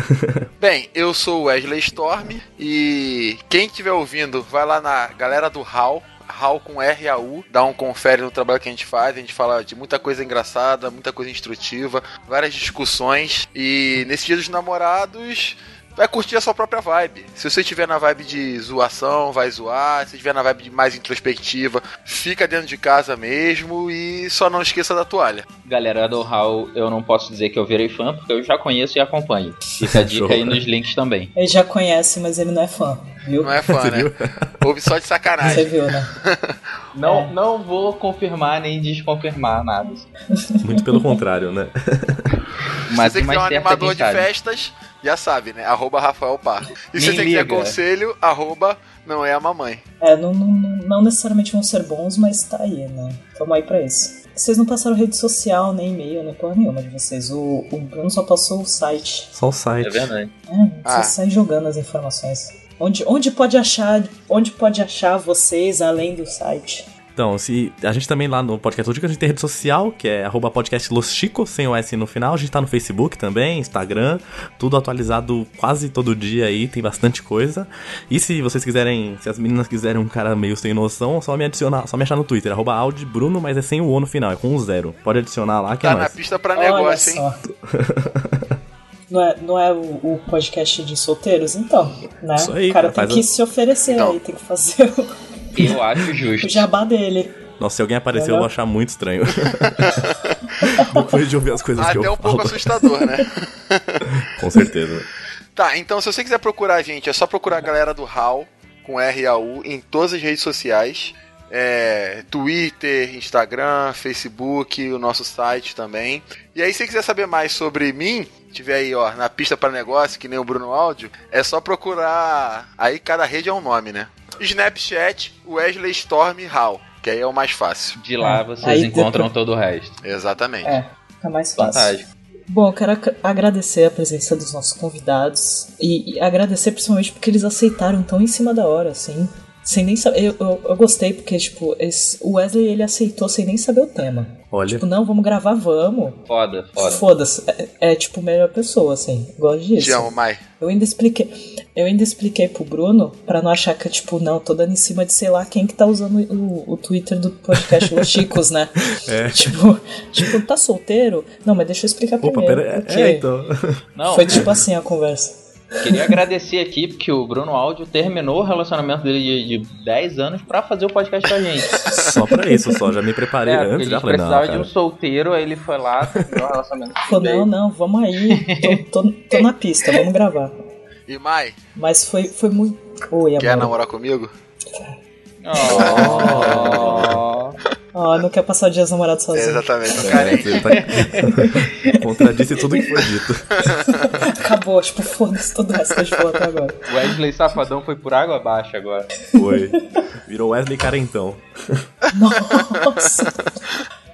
Bem, eu sou o Wesley Storm e quem estiver ouvindo, vai lá na galera do HAL, HAL com R-A-U, dá um confere no trabalho que a gente faz, a gente fala de muita coisa engraçada, muita coisa instrutiva, várias discussões e nesse dia dos namorados vai curtir a sua própria vibe. Se você estiver na vibe de zoação, vai zoar. Se você estiver na vibe de mais introspectiva, fica dentro de casa mesmo e só não esqueça da toalha.
Galera do Hall, eu não posso dizer que eu virei fã, porque eu já conheço e acompanho. Fica a dica aí
Show, né?
nos links também.
Ele já conhece, mas ele não é fã, viu?
Não é
(laughs)
fã, né? Ouve só de
Você
sacanagem.
viu, né?
É.
Não, não vou confirmar nem desconfirmar nada. assim.
Muito pelo contrário, né?
Mas
se você quiser um
uma certa
animador de
quem sabe.
festas, já sabe, né? Arroba Rafael Parco. E se
Nem
você quiser
liga.
conselho, arroba não é a mamãe.
É, não, não, não necessariamente vão ser bons, mas tá aí, né? Tamo aí pra isso. Vocês não passaram rede social, nem e-mail, nem porra nenhuma de vocês. O, o Bruno só passou o site.
Só o site.
É
Tá
verdade.
É,
Ah.
Você sai jogando as informações. Onde, onde, pode achar, onde pode achar vocês além do site?
Então, se a gente também lá no Podcast Lúdico, a gente tem rede social, que é arroba podcast Los Chico, sem o S no final. A gente tá no Facebook também, Instagram, tudo atualizado quase todo dia aí, tem bastante coisa. E se vocês quiserem, se as meninas quiserem um cara meio sem noção, só me adicionar, só me achar no Twitter, arroba Audi Bruno, mas é sem o O no final, é com o zero. Pode adicionar lá que é
Tá na
nóis.
pista pra
Olha
negócio, hein?
só. Não é, não é o, o podcast de solteiros, então, né?
Isso aí,
o cara tem
cara, faz
que
a-
se oferecer
Então.
aí, tem que fazer o,
Eu acho
o
justo.
jabá dele.
Nossa, se alguém
Tá
aparecer, eu vou achar muito
(laughs)
estranho. Depois de ouvir as coisas que eu
Até um
falo.
pouco assustador, né?
Com certeza.
Tá, então se você quiser procurar a gente, é só procurar a galera do HAL, com R-A-U, em todas as redes sociais. É, Twitter, Instagram, Facebook, o nosso site também. E aí, se você quiser saber mais sobre mim, tiver aí, ó, na pista para negócio, que nem o Bruno Áudio, é só procurar. Aí cada rede é um nome, né? Snapchat, Wesley Storm HAL, que aí é o mais fácil.
De lá
Ah,
É.
vocês
Aí
encontram todo o resto.
Exatamente.
É, fica mais fácil.
Fantástico.
Bom, eu quero ac- agradecer a presença dos nossos convidados e, e agradecer principalmente porque eles aceitaram tão em cima da hora, assim. Sem nem saber. Eu, eu, eu gostei porque, tipo, esse- o Wesley ele aceitou sem nem saber o tema.
Olha,
Tipo, não, vamos gravar, vamos.
Foda, foda.
Foda-se. É, é, tipo, melhor pessoa, assim. Gosto disso.
Te amo, Mai.
Eu ainda expliquei. Eu ainda expliquei pro Bruno pra não achar que, tipo, não, tô dando em cima de sei lá quem que tá usando o, o Twitter do podcast Los Chicos, né?
(laughs) É.
Tipo, tipo, tá solteiro? Não, mas deixa eu explicar
opa,
primeiro.
pera. é-
porque
É, então.
Não,
Foi tipo assim a conversa.
queria agradecer aqui porque o Bruno Áudio terminou o relacionamento dele de, de 10 anos pra fazer o podcast com
(laughs)
a gente.
Só pra isso, só. Já me preparei
É, porque
antes, já
ele
falei, não,
precisava de
cara.
um solteiro, aí ele foi lá, terminou o relacionamento.
Falou, não, não, vamos aí. Tô, tô- tô na pista, vamos gravar.
E Mai,
Mas foi, foi muito. Oi,
Tá
quer
amor.
namorar comigo?
Oh.
Ó, não quer passar o dia dos namorados sozinho.
Exatamente, um
(laughs) É,
carinho.
você tá- (laughs) Contradisse tudo que foi dito.
(laughs) Acabou, tipo, foda-se todo essa que a gente falou até agora.
Wesley Safadão foi por água abaixo agora.
Foi. Virou Wesley então. Carentão.
Nossa!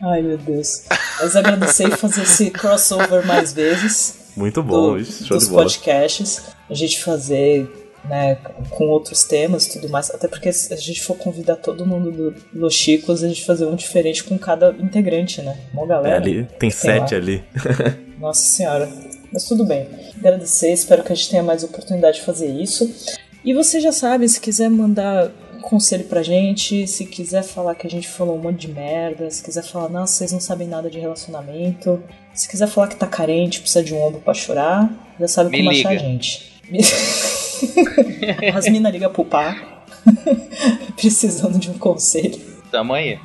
Ai, meu Deus. Mas agradecer e fazer esse crossover mais vezes
Muito bom,
do-
isso, show
dos
de bola.
podcasts. A gente fazer né, com outros temas e tudo mais. Até porque se a gente for convidar todo mundo do Los Chicos, a gente fazer um diferente com cada integrante, né? Uma
É,
galera.
ali, tem sete
lá.
ali.
Nossa senhora. Mas tudo bem. Agradecer, espero que a gente tenha mais oportunidade de fazer isso. E você já sabe, se quiser mandar um conselho pra gente, se quiser falar que a gente falou um monte de merda, se quiser falar, nossa, vocês não sabem nada de relacionamento, se quiser falar que tá carente, precisa de um ombro pra chorar, já sabe
Me
como achar a
liga.
gente. (laughs) As mina liga pro pá, (laughs) precisando de um conselho
Tamanho?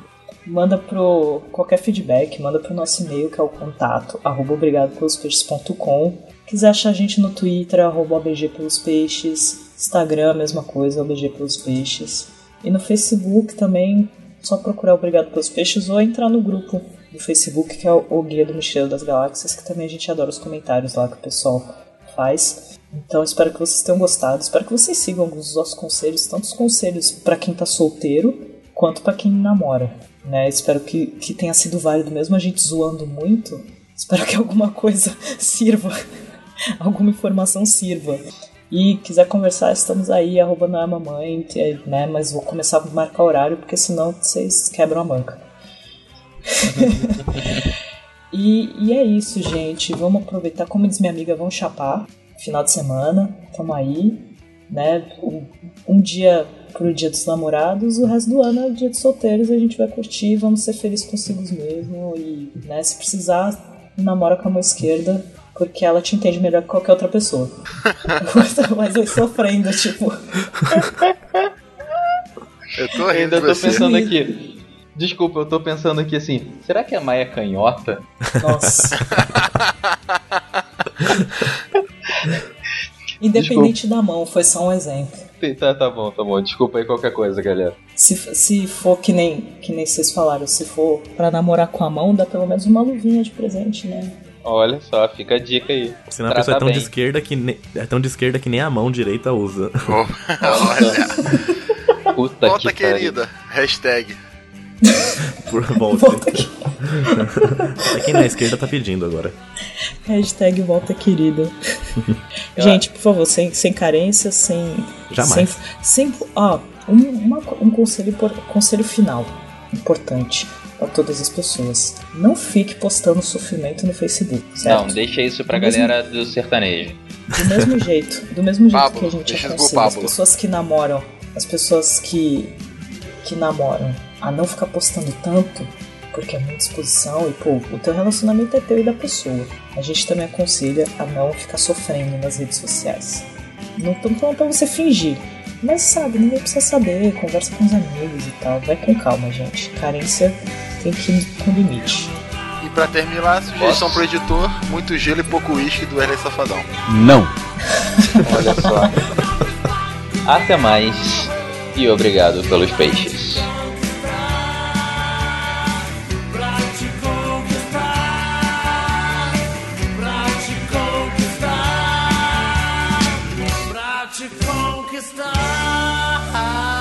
manda pro qualquer feedback, manda pro nosso e-mail que é o contato arroba obrigado pelos peixes.com. Quiser achar a gente no Twitter, arroba OBG pelos peixes, Instagram, mesma coisa, OBG pelos peixes. E no Facebook também, só procurar Obrigado pelos Peixes ou entrar no grupo do Facebook, que é o o Guia do Mochileiro das Galáxias, que também a gente adora os comentários lá que o pessoal faz. Então espero que vocês tenham gostado, espero que vocês sigam alguns dos nossos conselhos, tantos conselhos pra quem tá solteiro quanto pra quem namora. Né? Espero que, que tenha sido válido, mesmo a gente zoando muito. Espero que alguma coisa (laughs) sirva, alguma informação sirva. E quiser conversar, estamos aí, arroba não é mamãe, te- né? Mas vou começar a marcar horário, porque senão vocês quebram a manca. (laughs) e, e é isso, gente. Vamos aproveitar, como diz minha amiga, vamos chapar. Final de semana, tamo aí, né? Um, um dia pro dia dos namorados, o resto do ano é o dia dos solteiros, e a gente vai curtir, vamos ser felizes consigo mesmo. E, né, se precisar, namora com a mão esquerda, Porque ela te entende melhor que qualquer outra pessoa. (laughs) Mas eu sofrendo, tipo.
Eu tô
Eu
rindo
ainda
de
tô
você. (laughs)
pensando aqui. Desculpa, eu tô pensando aqui assim. Será que a Maia é canhota?
Nossa. Independente da mão, foi só um exemplo.
Tá, tá bom, tá bom. Desculpa aí qualquer coisa, galera.
Se, f- se for que nem, que nem vocês falaram, se for pra namorar com a mão, dá pelo menos uma luvinha de presente, né?
Olha só, fica a dica aí.
Senão a
Trata
pessoa é tão, de
bem.
esquerda que ne- é tão de esquerda que nem a mão direita usa. (laughs)
Olha,
Puta
volta
que pariu.
querida. Hashtag.
Por volta.
(laughs) Volta aqui.
Até quem na esquerda tá pedindo agora.
Hashtag volta (laughs) querida. Gente, por favor, sem, sem carência, sem.
Jamais.
Sem. sem ó, um, uma co- um conselho, impor- conselho final, importante pra todas as pessoas. Não fique postando sofrimento no Facebook, certo?
Não, deixa isso pra
Mesmo-
galera do sertanejo.
Do mesmo jeito, do mesmo jeito
Pablo,
que a gente
deixa pro
aconselha as
Pablo.
pessoas que namoram, as pessoas que que namoram a não ficar postando tanto, porque é muita exposição e pô, o teu relacionamento é teu e da pessoa. A gente também aconselha a não ficar sofrendo nas redes sociais. Não tão falando pra você fingir, mas sabe, ninguém precisa saber, conversa com os amigos e tal, vai com calma, gente. Carência tem que ir com limite.
E pra terminar, sugestão pro editor: muito gelo e pouco uísque do Wesley Safadão.
Não.
Olha só. Até mais e obrigado pelos peixes.
Pra te conquistar, pra te conquistar, pra te conquistar.